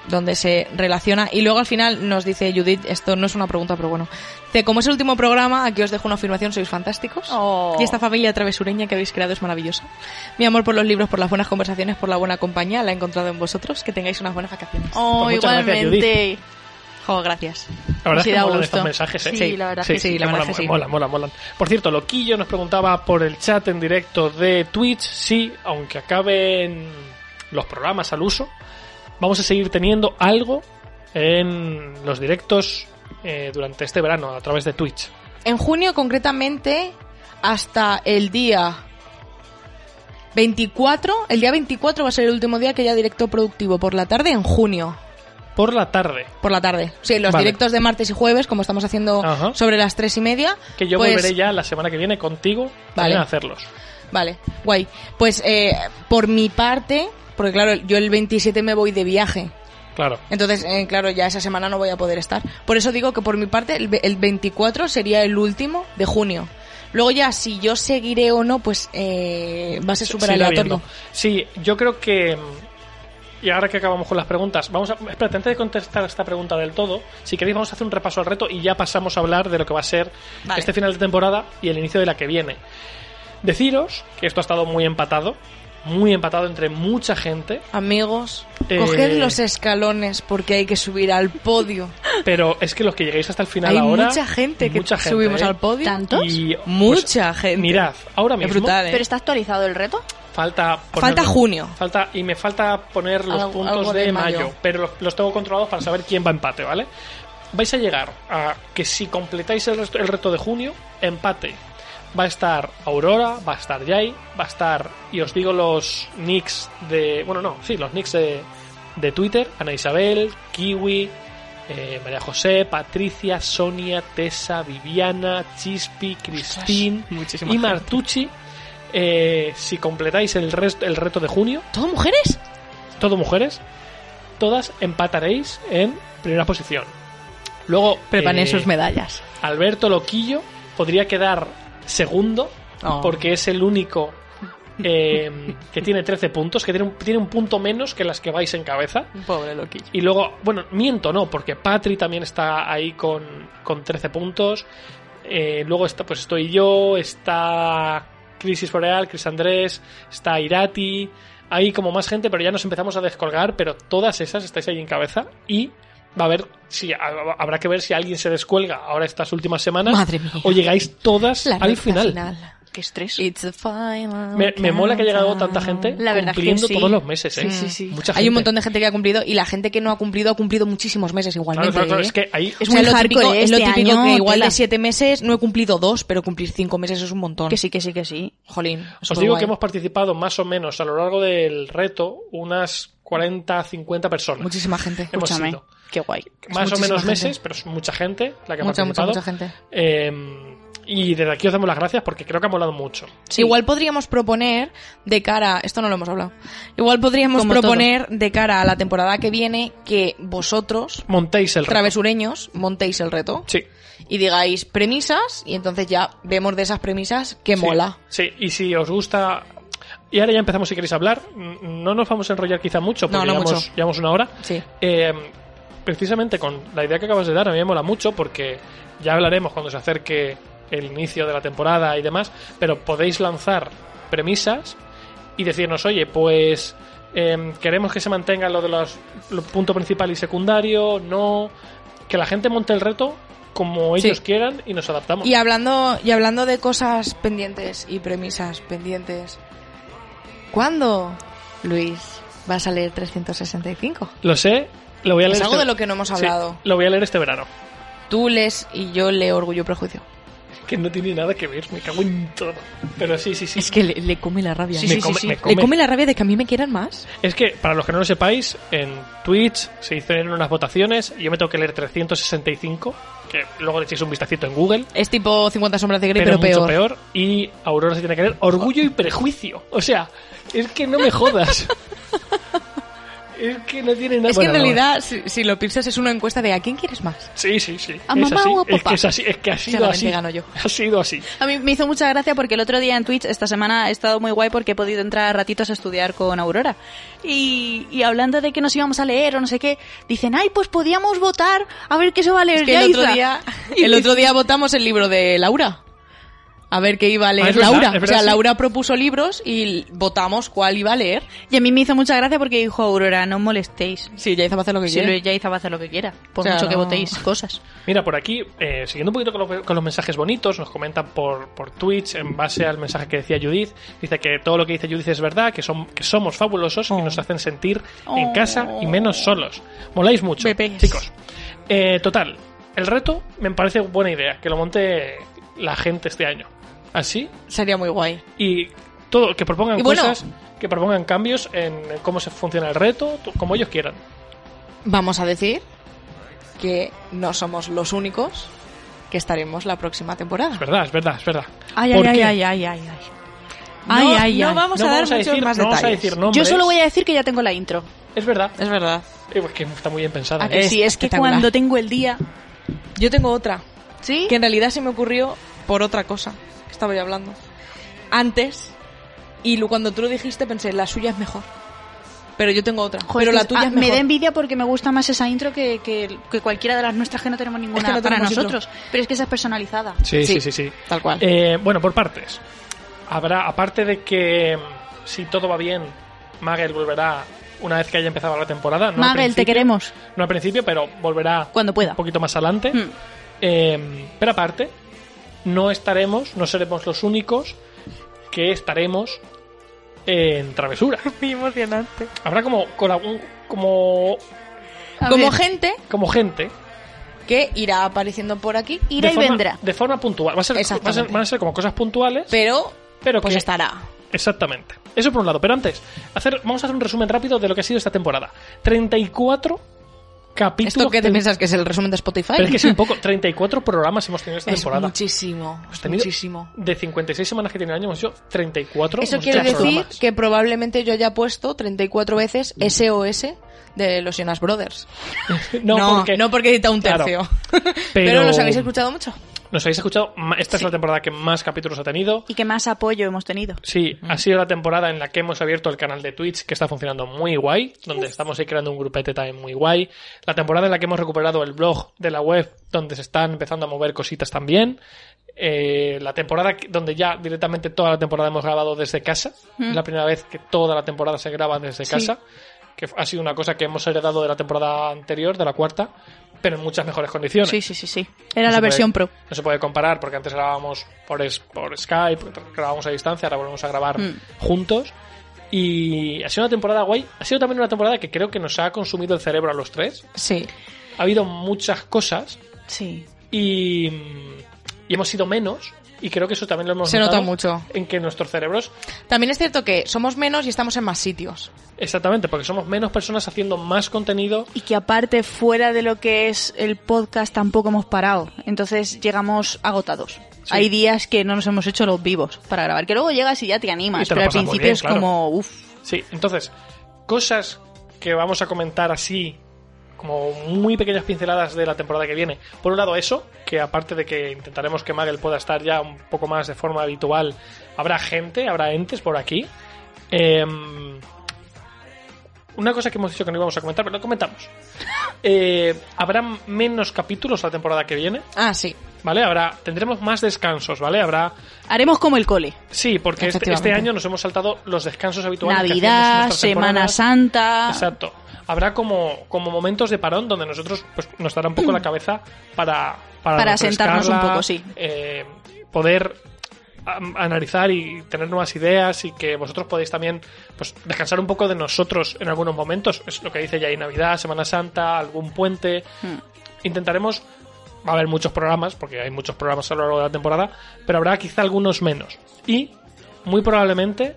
donde se relaciona. Y luego al final nos dice Judith, esto no es una pregunta, pero bueno. Dice, como es el último programa, aquí os dejo una afirmación, sois fantásticos.
Oh.
Y esta familia travesureña que habéis creado es maravillosa. Mi amor por los libros, por las buenas conversaciones, por la buena compañía, la he encontrado en vosotros. Que tengáis unas buenas vacaciones.
Oh,
Pues muchas gracias,
igualmente.
Jo, gracias.
La verdad
Sí,
es que
da
molan
gusto.
estos mensajes, ¿eh?
Sí, la verdad
que sí, la
molan,
verdad que sí.
Molan, molan, molan. Por cierto, Loquillo nos preguntaba por el chat en directo de Twitch si, aunque acaben los programas al uso, vamos a seguir teniendo algo en los directos eh, durante este verano a través de Twitch.
En junio, concretamente, hasta el día 24. El día 24 va a ser el último día que haya directo productivo por la tarde en junio.
Por la tarde,
Por la tarde. Sí, los
Vale.
directos de martes y jueves, como estamos haciendo
Ajá.
sobre las tres y media.
que yo
pues-
volveré ya la semana que viene contigo también a hacerlos.
Vale, guay. Pues eh, por mi parte, porque claro, yo el 27 me voy de viaje.
Claro.
Entonces, eh, claro, ya esa semana no voy a poder estar. Por eso digo que por mi parte el, ve- el 24 sería el último de junio. Luego ya, si yo seguiré o no, pues eh, va a ser súper
Sí, irá
aleatorio.
viendo. Sí, yo creo que. mm, Y ahora que acabamos con las preguntas, vamos a. Espérate, antes de contestar esta pregunta del todo, si queréis, vamos a hacer un repaso al reto y ya pasamos a hablar de lo que va a ser
Vale.
este final de temporada y el inicio de la que viene. Deciros que esto ha estado muy empatado, muy empatado entre mucha gente,
Amigos,
Eh.
coged los escalones porque hay que subir al podio.
pero es que los que lleguéis hasta el final
hay
ahora.
mucha gente que
mucha gente,
subimos
¿eh?
al podio.
¿Tantos?
Y, pues,
Mucha gente.
Mirad, ahora
es
mismo
brutal, ¿eh?
Pero está actualizado el reto.
falta
Falta
ponerlo-
junio.
Falta, y me falta poner los
Algo-
puntos
algo
de,
de
mayo,
mayo.
pero los, los tengo controlados para saber quién va a empate, ¿vale? Vais a llegar a que si completáis el, resto- el reto de junio, empate. Va a estar Aurora, va a estar Jai, va a estar, y os digo los nicks de. Bueno, no, sí, los nicks de, de Twitter: Ana Isabel, Kiwi, eh, María José, Patricia, Sonia, Tessa, Viviana, Chispi, Cristín
muchísima
y
gente.
Martucci. Eh, si completáis el, rest- el reto de junio,
¿Todo mujeres?
Eh, todo mujeres, todas empataréis en primera posición. Luego, eh,
medallas.
Alberto Loquillo podría quedar segundo
Oh.
porque es el único eh, que tiene 13 puntos, que tiene un, tiene un punto menos que las que vais en cabeza.
Pobre loquillo.
Y luego, bueno, miento, no, porque Patri también está ahí con, con 13 puntos. Eh, luego está, pues estoy yo, está Crisis Boreal, Chris Andrés, está Irati. Hay como más gente, pero ya nos empezamos a descolgar, pero todas esas estáis ahí en cabeza y va a haber si ha- habrá que ver si alguien se descuelga ahora estas últimas semanas
Madre mía.
o llegáis todas
La
al
recta
final.
Qué estrés.
It's the final
Me, me mola que ha llegado
countdown.
tanta gente
La verdad es que
cumpliendo
sí.
todos los meses, ¿eh?
Sí, sí, sí.
Mucha
Hay un
gente.
montón de gente que ha cumplido y la gente que no ha cumplido ha cumplido muchísimos meses
Claro,
igualmente.
claro, claro,
¿eh?
es que ahí
Es
O sea,
muy
lo
hardcore
típico, es lo
este
típico
año,
que igual
tela.
de siete meses no he cumplido dos, pero cumplir cinco meses es un montón.
Que sí, que sí, que sí.
Jolín.
Os digo que hemos participado más o menos a lo largo del reto unas 40, 50 personas.
Muchísima gente.
Hemos
Escúchame.
sido
Qué guay.
más o
muchísima
menos
gente.
meses, pero es mucha gente la que ha
Mucha, mucha,
participado.
mucha gente.
Eh, y desde aquí os damos las gracias porque creo que ha molado mucho.
Igual podríamos proponer de cara, esto no lo hemos hablado, igual podríamos
Como
proponer de cara a la temporada que viene que vosotros,
Montéis el reto.
travesureños, montéis el reto
Sí.
y digáis premisas y entonces ya vemos de esas premisas que
Sí,
mola.
Sí, y si os gusta. Y ahora ya empezamos si queréis hablar. N- No nos vamos a enrollar quizá mucho porque
No, no
llevamos,
mucho.
llevamos una hora.
Sí.
Eh, precisamente con la idea que acabas de dar, a mí me mola mucho porque ya hablaremos cuando se acerque el inicio de la temporada y demás, pero podéis lanzar premisas y decirnos, oye, pues em, queremos que se mantenga lo de los, lo punto principal y secundario, no, que la gente monte el reto como ellos
Sí.
quieran y nos adaptamos.
Y hablando, y hablando de cosas pendientes y premisas pendientes, ¿cuándo, Luis, vas a leer 365?
Lo sé, lo voy a leer.
Es
este
algo de lo que no hemos
Sí,
hablado.
lo voy a leer este verano.
Tú lees y yo leo Orgullo y Prejuicio.
Que no tiene nada que ver, me cago en todo. Pero sí, sí, sí.
Es que le, le come la rabia.
Me come- me
Le
come.
come la rabia de que a mí me quieran más.
Es que, para los que no lo sepáis, en Twitch se hicieron unas votaciones y yo me tengo que leer 365, que luego le echéis un vistacito en Google,
Es tipo 50 sombras de Grey,
pero,
pero,
mucho
peor.
peor. Y Aurora se tiene que leer Orgullo y Prejuicio. O sea, es que no me jodas. es que no tiene nada
Es que en
bueno, no.
realidad, si, si lo piensas, es una encuesta de ¿a quién quieres más?
Sí, sí, sí.
¿A
es
mamá
así.
o a
Es
papá?
que es así, es que ha sido
Solamente
así.
gano yo.
Ha sido así.
A mí me hizo mucha gracia porque el otro día en Twitch, esta semana, ha estado muy guay porque he podido entrar a ratitos a estudiar con Aurora. Y, y hablando de que nos íbamos a leer o no sé qué, dicen, ay, pues podíamos votar a ver qué se va a leer.
Es que
ya,
el otro,
Isa".
día, el otro día votamos el libro de Laura. A ver qué iba a leer
Ah, es verdad,
Laura.
es
o
verdad,
sea,
sí.
Laura propuso libros y votamos cuál iba a leer.
Y a mí me hizo mucha gracia porque dijo Aurora, no molestéis.
Sí, ya hizo hacer lo que
Si
quiere.
lo ya Isa va a hacer lo que quiera, por
O sea,
mucho que
no.
votéis cosas.
Mira, por aquí, eh, siguiendo un poquito con, lo- con los mensajes bonitos, nos comentan por, por Twitch, en base al mensaje que decía Judith, dice que todo lo que dice Judith es verdad, que, som- que somos fabulosos y
Oh.
nos hacen sentir en casa y menos solos. Moláis mucho,
Bebés.
chicos. Eh, total, el reto me parece buena idea, que lo monte la gente este año. Así,
Sería muy guay.
y todo, que propongan
Y bueno.
cosas, que propongan cambios en cómo se funciona el reto, tú- como ellos quieran.
Vamos a decir que no somos los únicos que estaremos la próxima temporada.
Es verdad, es verdad, es verdad.
Ay, ay,
¿Por
ay,
qué?
ay, ay, ay, ay.
No,
Ay, ay,
no
ay.
vamos
No
a dar muchos
decir,
más
no vamos a
detalles.
decir
Yo
nombres.
solo voy a decir que ya tengo la intro.
Es verdad.
Es verdad.
Eh, pues que está muy bien pensada.
¿A
¿eh?
que sí?
es que
espectacular.
cuando tengo el día...
Yo tengo otra,
¿Sí?
que en realidad se me ocurrió por otra cosa que estaba yo hablando. Antes, y lu- cuando tú lo dijiste pensé, la suya es mejor. Pero yo tengo otra.
Joder,
pero la
pues,
tuya
ah,
es mejor.
Me da envidia porque me gusta más esa intro que, que- que cualquiera de las nuestras que no tenemos ninguna
no
para
tenemos
nosotros. Pero es que esa es personalizada.
Sí, sí,
Sí.
sí, sí.
Tal cual.
Eh, bueno, por partes. Habrá, aparte de que mm, si todo va bien, Magel volverá una vez que haya empezado la temporada. No al
Magel, te
principio-
queremos.
No al principio, pero volverá
Cuando pueda.
un poquito más adelante.
Mm.
Eh, pero aparte, no estaremos, no seremos los únicos que estaremos en travesura.
Muy emocionante.
Habrá como, con algún- como,
A
Como
ver,
gente
como gente
que irá apareciendo por aquí,
irá
de
y
forma-
vendrá.
De forma puntual. Va a ser, va a ser-
Exactamente.
van a ser como cosas puntuales.
pero,
Pero
pues
que-
estará.
Exactamente. Eso por un lado. Pero antes, hacer, vamos a hacer un resumen rápido de lo que ha sido esta temporada. 34 capítulos.
¿Esto qué te
de-
piensas que es el resumen de Spotify?
Pero es que es un poco. 34 programas hemos tenido esta
Es
temporada.
muchísimo,
Hemos
es
tenido-
muchísimo.
De 56 semanas que tiene el año, hemos hecho 34.
Eso
hemos
quiere
hecho
decir
programas.
que probablemente yo haya puesto 34 veces SOS de los Jonas Brothers.
No, porque
no porque edita un
Claro.
tercio. pero...
Pero-
los habéis escuchado mucho.
nos habéis escuchado. ma- Esta es la temporada que más capítulos ha tenido.
Y que más apoyo hemos tenido.
Sí, ha sido la temporada en la que hemos abierto el canal de Twitch, que está funcionando muy guay, donde estamos ahí creando un grupete también muy guay. La temporada en la que hemos recuperado el blog de la web, donde se están empezando a mover cositas también. Eh, la temporada que- donde ya directamente toda la temporada hemos grabado desde casa. Es la primera vez que toda la temporada se graba desde casa. Que ha sido una cosa que hemos heredado de la temporada anterior, de la cuarta, pero en muchas mejores condiciones.
Sí, sí, sí, sí. Era
No
la
se puede-
versión pro.
No se puede comparar porque antes grabábamos por, es- por Skype, grabábamos a distancia, ahora volvemos a grabar
Mm.
juntos. Y ha sido una temporada guay. Ha sido también una temporada que creo que nos ha consumido el cerebro a los tres.
Sí.
Ha habido muchas cosas
Sí.
y, mm, y hemos sido menos. Y creo que eso también lo hemos
Se nota
notado
mucho.
En que nuestros cerebros,
También es cierto que somos menos y estamos en más sitios.
exactamente, porque somos menos personas haciendo más contenido.
Y que aparte, fuera de lo que es el podcast, tampoco hemos parado. Entonces llegamos agotados. Hay días que no nos hemos hecho los vivos para grabar. Que luego llegas y ya te
Y
animas.
te lo
Pero al
pasas muy
principio
bien,
es
claro.
como, uff.
Sí, entonces, cosas que vamos a comentar así, como muy pequeñas pinceladas de la temporada que viene. Por un lado, eso, que aparte de que intentaremos que Magel pueda estar ya un poco más de forma habitual, habrá gente, habrá entes por aquí. Em, una cosa que hemos dicho que no íbamos a comentar, pero lo comentamos. Eh, habrá menos capítulos la temporada que viene,
Ah, sí.
¿vale? Habrá, tendremos más descansos, ¿vale? Habrá,
Haremos como el cole.
sí, porque este,
Efectivamente.
este año nos hemos saltado los descansos habituales. que hacíamos en
Navidad,
nuestras
Semana
temporadas.
Santa.
Exacto. Habrá como, como momentos de parón donde nosotros pues, nos dará un poco la cabeza para... Para,
Mm. Para sentarnos un
refrescarla,
poco, sí.
eh, poder am- analizar y tener nuevas ideas y que vosotros podéis también pues descansar un poco de nosotros en algunos momentos. Es lo que dice ya Navidad, Semana Santa, algún puente.
Mm.
Intentaremos... Va a haber muchos programas, porque hay muchos programas a lo largo de la temporada, pero habrá quizá algunos menos. Y, muy probablemente,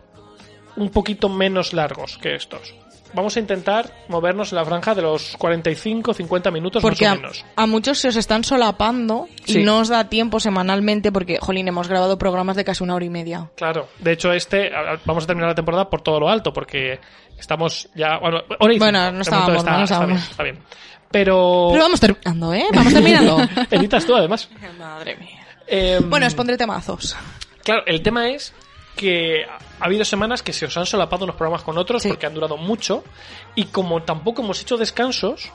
un poquito menos largos que estos. Vamos a intentar movernos en la franja de los 45-50 minutos
Porque
más
a,
o menos.
a muchos se os están solapando
Sí.
y no os da tiempo semanalmente porque, jolín, hemos grabado programas de casi una hora y media.
Claro, de hecho este a- a- vamos a terminar la temporada por todo lo alto porque estamos ya bueno, hora y
Bueno,
cinco.
no
De
estábamos,
momento está,
no estábamos.
está bien, está bien. Pero,
Pero vamos terminando, ¿eh? Vamos terminando.
editas tú además.
Madre mía.
Em,
Bueno, os pondré temazos.
Claro, el tema es que ha habido semanas que se os han solapado unos programas con otros
Sí.
porque han durado mucho y como tampoco hemos hecho descansos,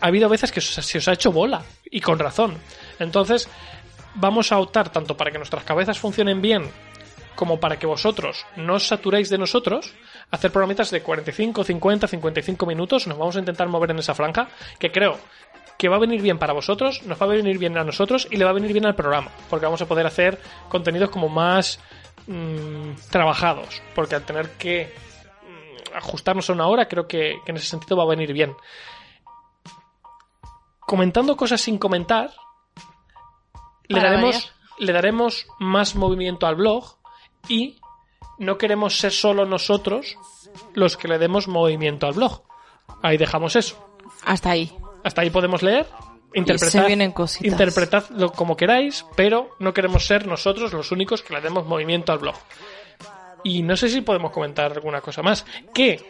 ha habido veces que os- se os ha hecho bola y con razón. Entonces, vamos a optar tanto para que nuestras cabezas funcionen bien como para que vosotros no os saturéis de nosotros, hacer programitas de 45, 50, 55 minutos, nos vamos a intentar mover en esa franja, que creo que va a venir bien para vosotros, nos va a venir bien a nosotros y le va a venir bien al programa, porque vamos a poder hacer contenidos como más mm, trabajados, porque al tener que mm, ajustarnos a una hora, creo que, que en ese sentido va a venir bien. Comentando cosas sin comentar, le
Para
daremos,
variar.
le daremos más movimiento al blog y no queremos ser solo nosotros los que le demos movimiento al blog. Ahí dejamos eso.
Hasta ahí.
Hasta ahí podemos leer. Interpretad,
se vienen cositas.
interpretadlo como queráis, pero no queremos ser nosotros los únicos que le demos movimiento al blog. Y no sé si podemos comentar alguna cosa más. Que,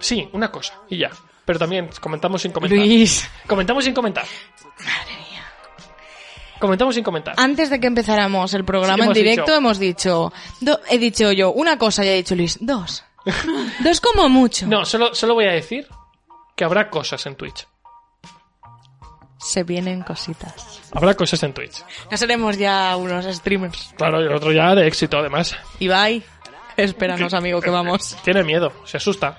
sí, una cosa, y ya. Pero también comentamos sin comentar.
Luis.
Comentamos sin comentar. Comentamos sin comentar.
Antes de que empezáramos el programa
Sí,
en
hemos
directo,
dicho-
hemos dicho. do- he dicho yo una cosa y ha dicho Luis, dos. dos como mucho.
No, solo, solo voy a decir que habrá cosas en Twitch.
Se vienen cositas.
Habrá cosas en Twitch.
No seremos ya unos streamers.
Claro, y el otro ya de éxito, además.
Ibai, espéranos, amigo, que vamos.
Tiene miedo, se asusta.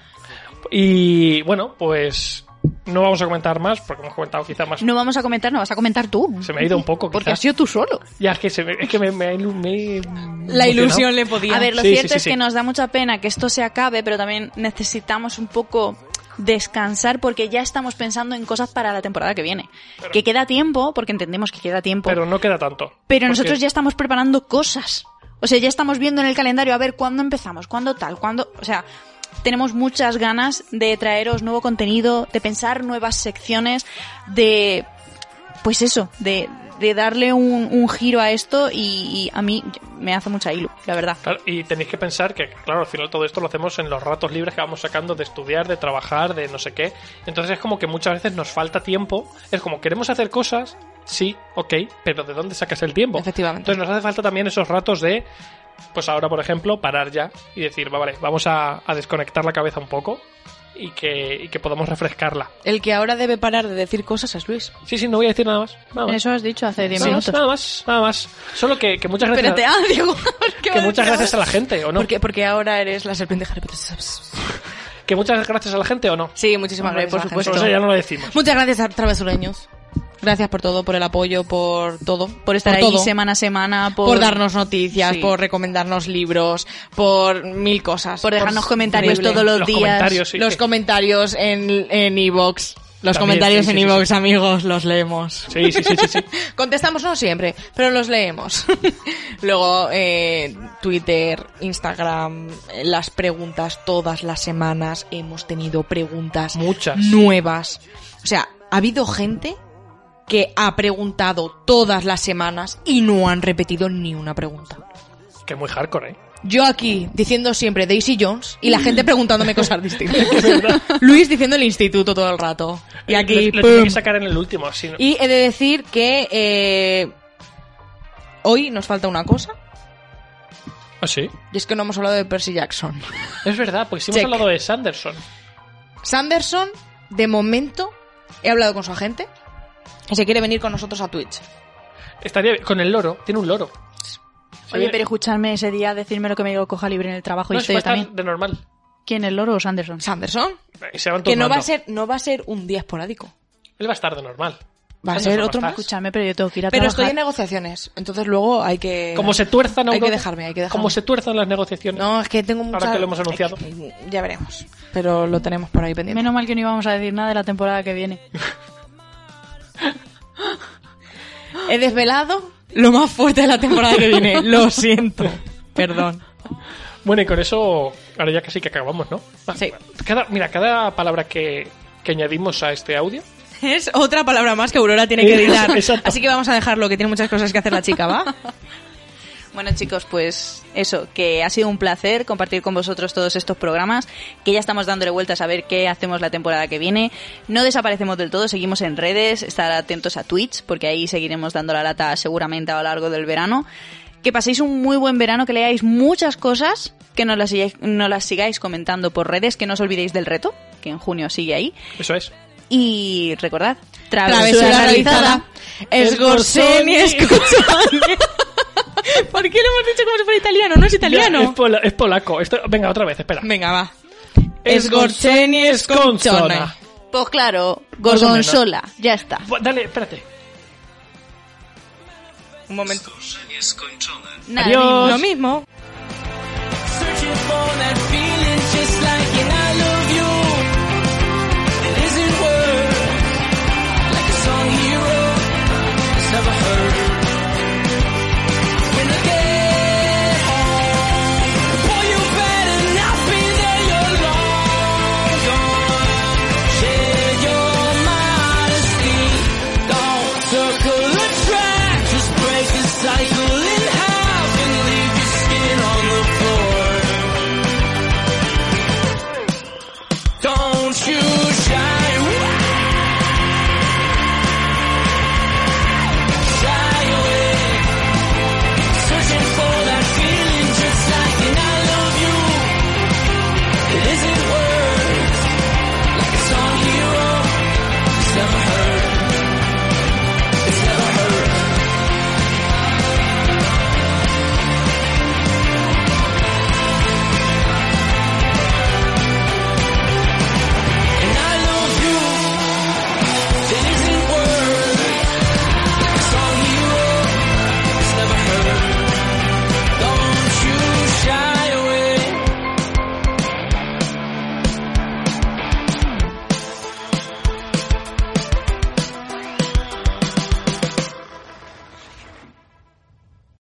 Y bueno, pues no vamos a comentar más porque hemos comentado quizá más.
No vamos a comentar, no vas a comentar tú.
Se me ha ido un poco,
Porque
quizá.
has sido tú solo.
Ya es que, se me, es que me, me ha ilu- me he emocionado.
La ilusión le podía.
A ver, lo
Sí,
cierto
sí, sí,
es
sí.
que nos da mucha pena que esto se acabe, pero también necesitamos un poco descansar porque ya estamos pensando en cosas para la temporada que viene. que queda tiempo, porque entendemos que queda tiempo,
Pero
pero,
no queda tanto.
nosotros
Porque
ya estamos preparando cosas. O sea, ya estamos viendo en el calendario a ver cuándo empezamos, cuándo tal, cuándo... O sea, tenemos muchas ganas de traeros nuevo contenido, de pensar nuevas secciones, de pues eso, de, de darle un, un giro a esto y, y a mí me hace mucha ilu, la verdad.
Claro, y tenéis que pensar que, claro, al final todo esto lo hacemos en los ratos libres que vamos sacando de estudiar, de trabajar, de no sé qué. Entonces es como que muchas veces nos falta tiempo. Es como, queremos hacer cosas, sí, ok, pero ¿de dónde sacas el tiempo?
Efectivamente.
Entonces nos hace falta también esos ratos de, pues ahora, por ejemplo, parar ya y decir, va, vale, vamos a, a desconectar la cabeza un poco y que, y que podamos refrescarla.
El que ahora debe parar de decir cosas es Luis.
Sí, sí, no voy a decir nada más. Nada más.
Eso has dicho hace 10
Nada más,
minutos.
nada más, nada más. Solo que, que muchas gracias.
Espérate,
a-
ah, digo.
que
¿qué va a
muchas
decir
gracias a la gente, ¿o
ahora?
no?
Porque, porque ahora eres la serpiente de Harry Potter.
Que muchas gracias a la gente, ¿o no?
Sí, muchísimas
Hombre,
gracias, por
esa
supuesto.
Eso ya no lo decimos.
Muchas gracias a travesureños. Gracias por todo, por el apoyo, por todo.
Por estar ahí
todo.
semana a semana, por,
Por, darnos noticias,
Sí.
por recomendarnos libros, por mil cosas.
por dejarnos comentarios
increíble.
todos los,
Los
días.
comentarios, sí.
Los comentarios en en iVoox. los
También,
comentarios
sí,
en
sí, sí,
iVoox, amigos, los leemos.
Sí, sí, sí, sí. sí.
Contestamos no siempre, pero los leemos. Luego, eh, Twitter, Instagram, eh, las preguntas todas las semanas. Hemos tenido preguntas
Muchas.
nuevas. O sea, ha habido gente que ha preguntado todas las semanas y no han repetido ni una pregunta.
Que muy hardcore, ¿eh?
Yo aquí diciendo siempre Daisy Jones y la gente preguntándome cosas distintas. Luis diciendo el instituto todo el rato. Y aquí,
Lo, lo tenía
¡pum!
que sacar en el último. Si no-
Y he de decir que eh, hoy nos falta una cosa.
¿Ah, sí?
Y es que no hemos hablado de Percy Jackson.
Es verdad, porque sí hemos
Check.
hablado de Sanderson.
Sanderson, de momento, he hablado con su agente y se quiere venir con nosotros a Twitch.
Estaría bien. con el loro, tiene un loro.
Oye, pero escucharme ese día decirme lo que me digo coja libre en el trabajo y
no, si
estoy yo
va a estar
también.
de normal. Eh,
¿Quién, el loro o Sanderson?
Sanderson,
Se van
que no va a
turnando.
ser, no va a ser un día esporádico.
Él va a estar de normal.
Va a
Sanderson
ser
va a
otro
estar.
más.
Escuchadme, pero yo tengo que ir a
Pero
trabajar.
estoy en negociaciones, entonces luego hay que.
Como se tuerzan
Hay que
Europa,
dejarme, hay que dejarme.
Como se tuerzan las negociaciones.
No, es que tengo
Ahora
muchas.
que lo hemos anunciado.
Es que Ya veremos. Pero lo tenemos por ahí pendiente.
Menos mal que no íbamos a decir nada de la temporada que viene.
He desvelado lo más fuerte de la temporada que viene. Lo siento. Perdón.
Bueno, y con eso, ahora ya casi que acabamos, ¿no?
Sí.
Cada, mira, cada palabra que, que añadimos a este audio
Es otra palabra más que Aurora tiene que editar.
Exacto.
Así que vamos a dejarlo, que tiene muchas cosas que hacer la chica, ¿va?
Bueno chicos, pues eso, que ha sido un placer compartir con vosotros todos estos programas, que ya estamos dándole vueltas a ver qué hacemos la temporada que viene. No desaparecemos del todo, seguimos en redes, estar atentos a Twitch, porque ahí seguiremos dando la lata seguramente a lo largo del verano. Que paséis un muy buen verano, que leáis muchas cosas, que nos las, sigáis- nos las sigáis comentando por redes, que no os olvidéis del reto, que en junio sigue ahí.
Eso es.
Y recordad,
Travesura realizada. Es Gorsén y escuchadme. ¿Por qué lo hemos dicho como si fuera italiano? No es
Ya, Es,
italiano.
pola- es polaco. Esto, venga, otra vez, espera.
Venga, va.
Esgorceni
Esgorceni esconchone.
esconchona.
Pues claro,
Más o menos.
gorgonzola, ya está.
Bu- Dale, espérate.
Un momento.
Nada,
Adiós.
Lo mismo.
Searching for that feeling.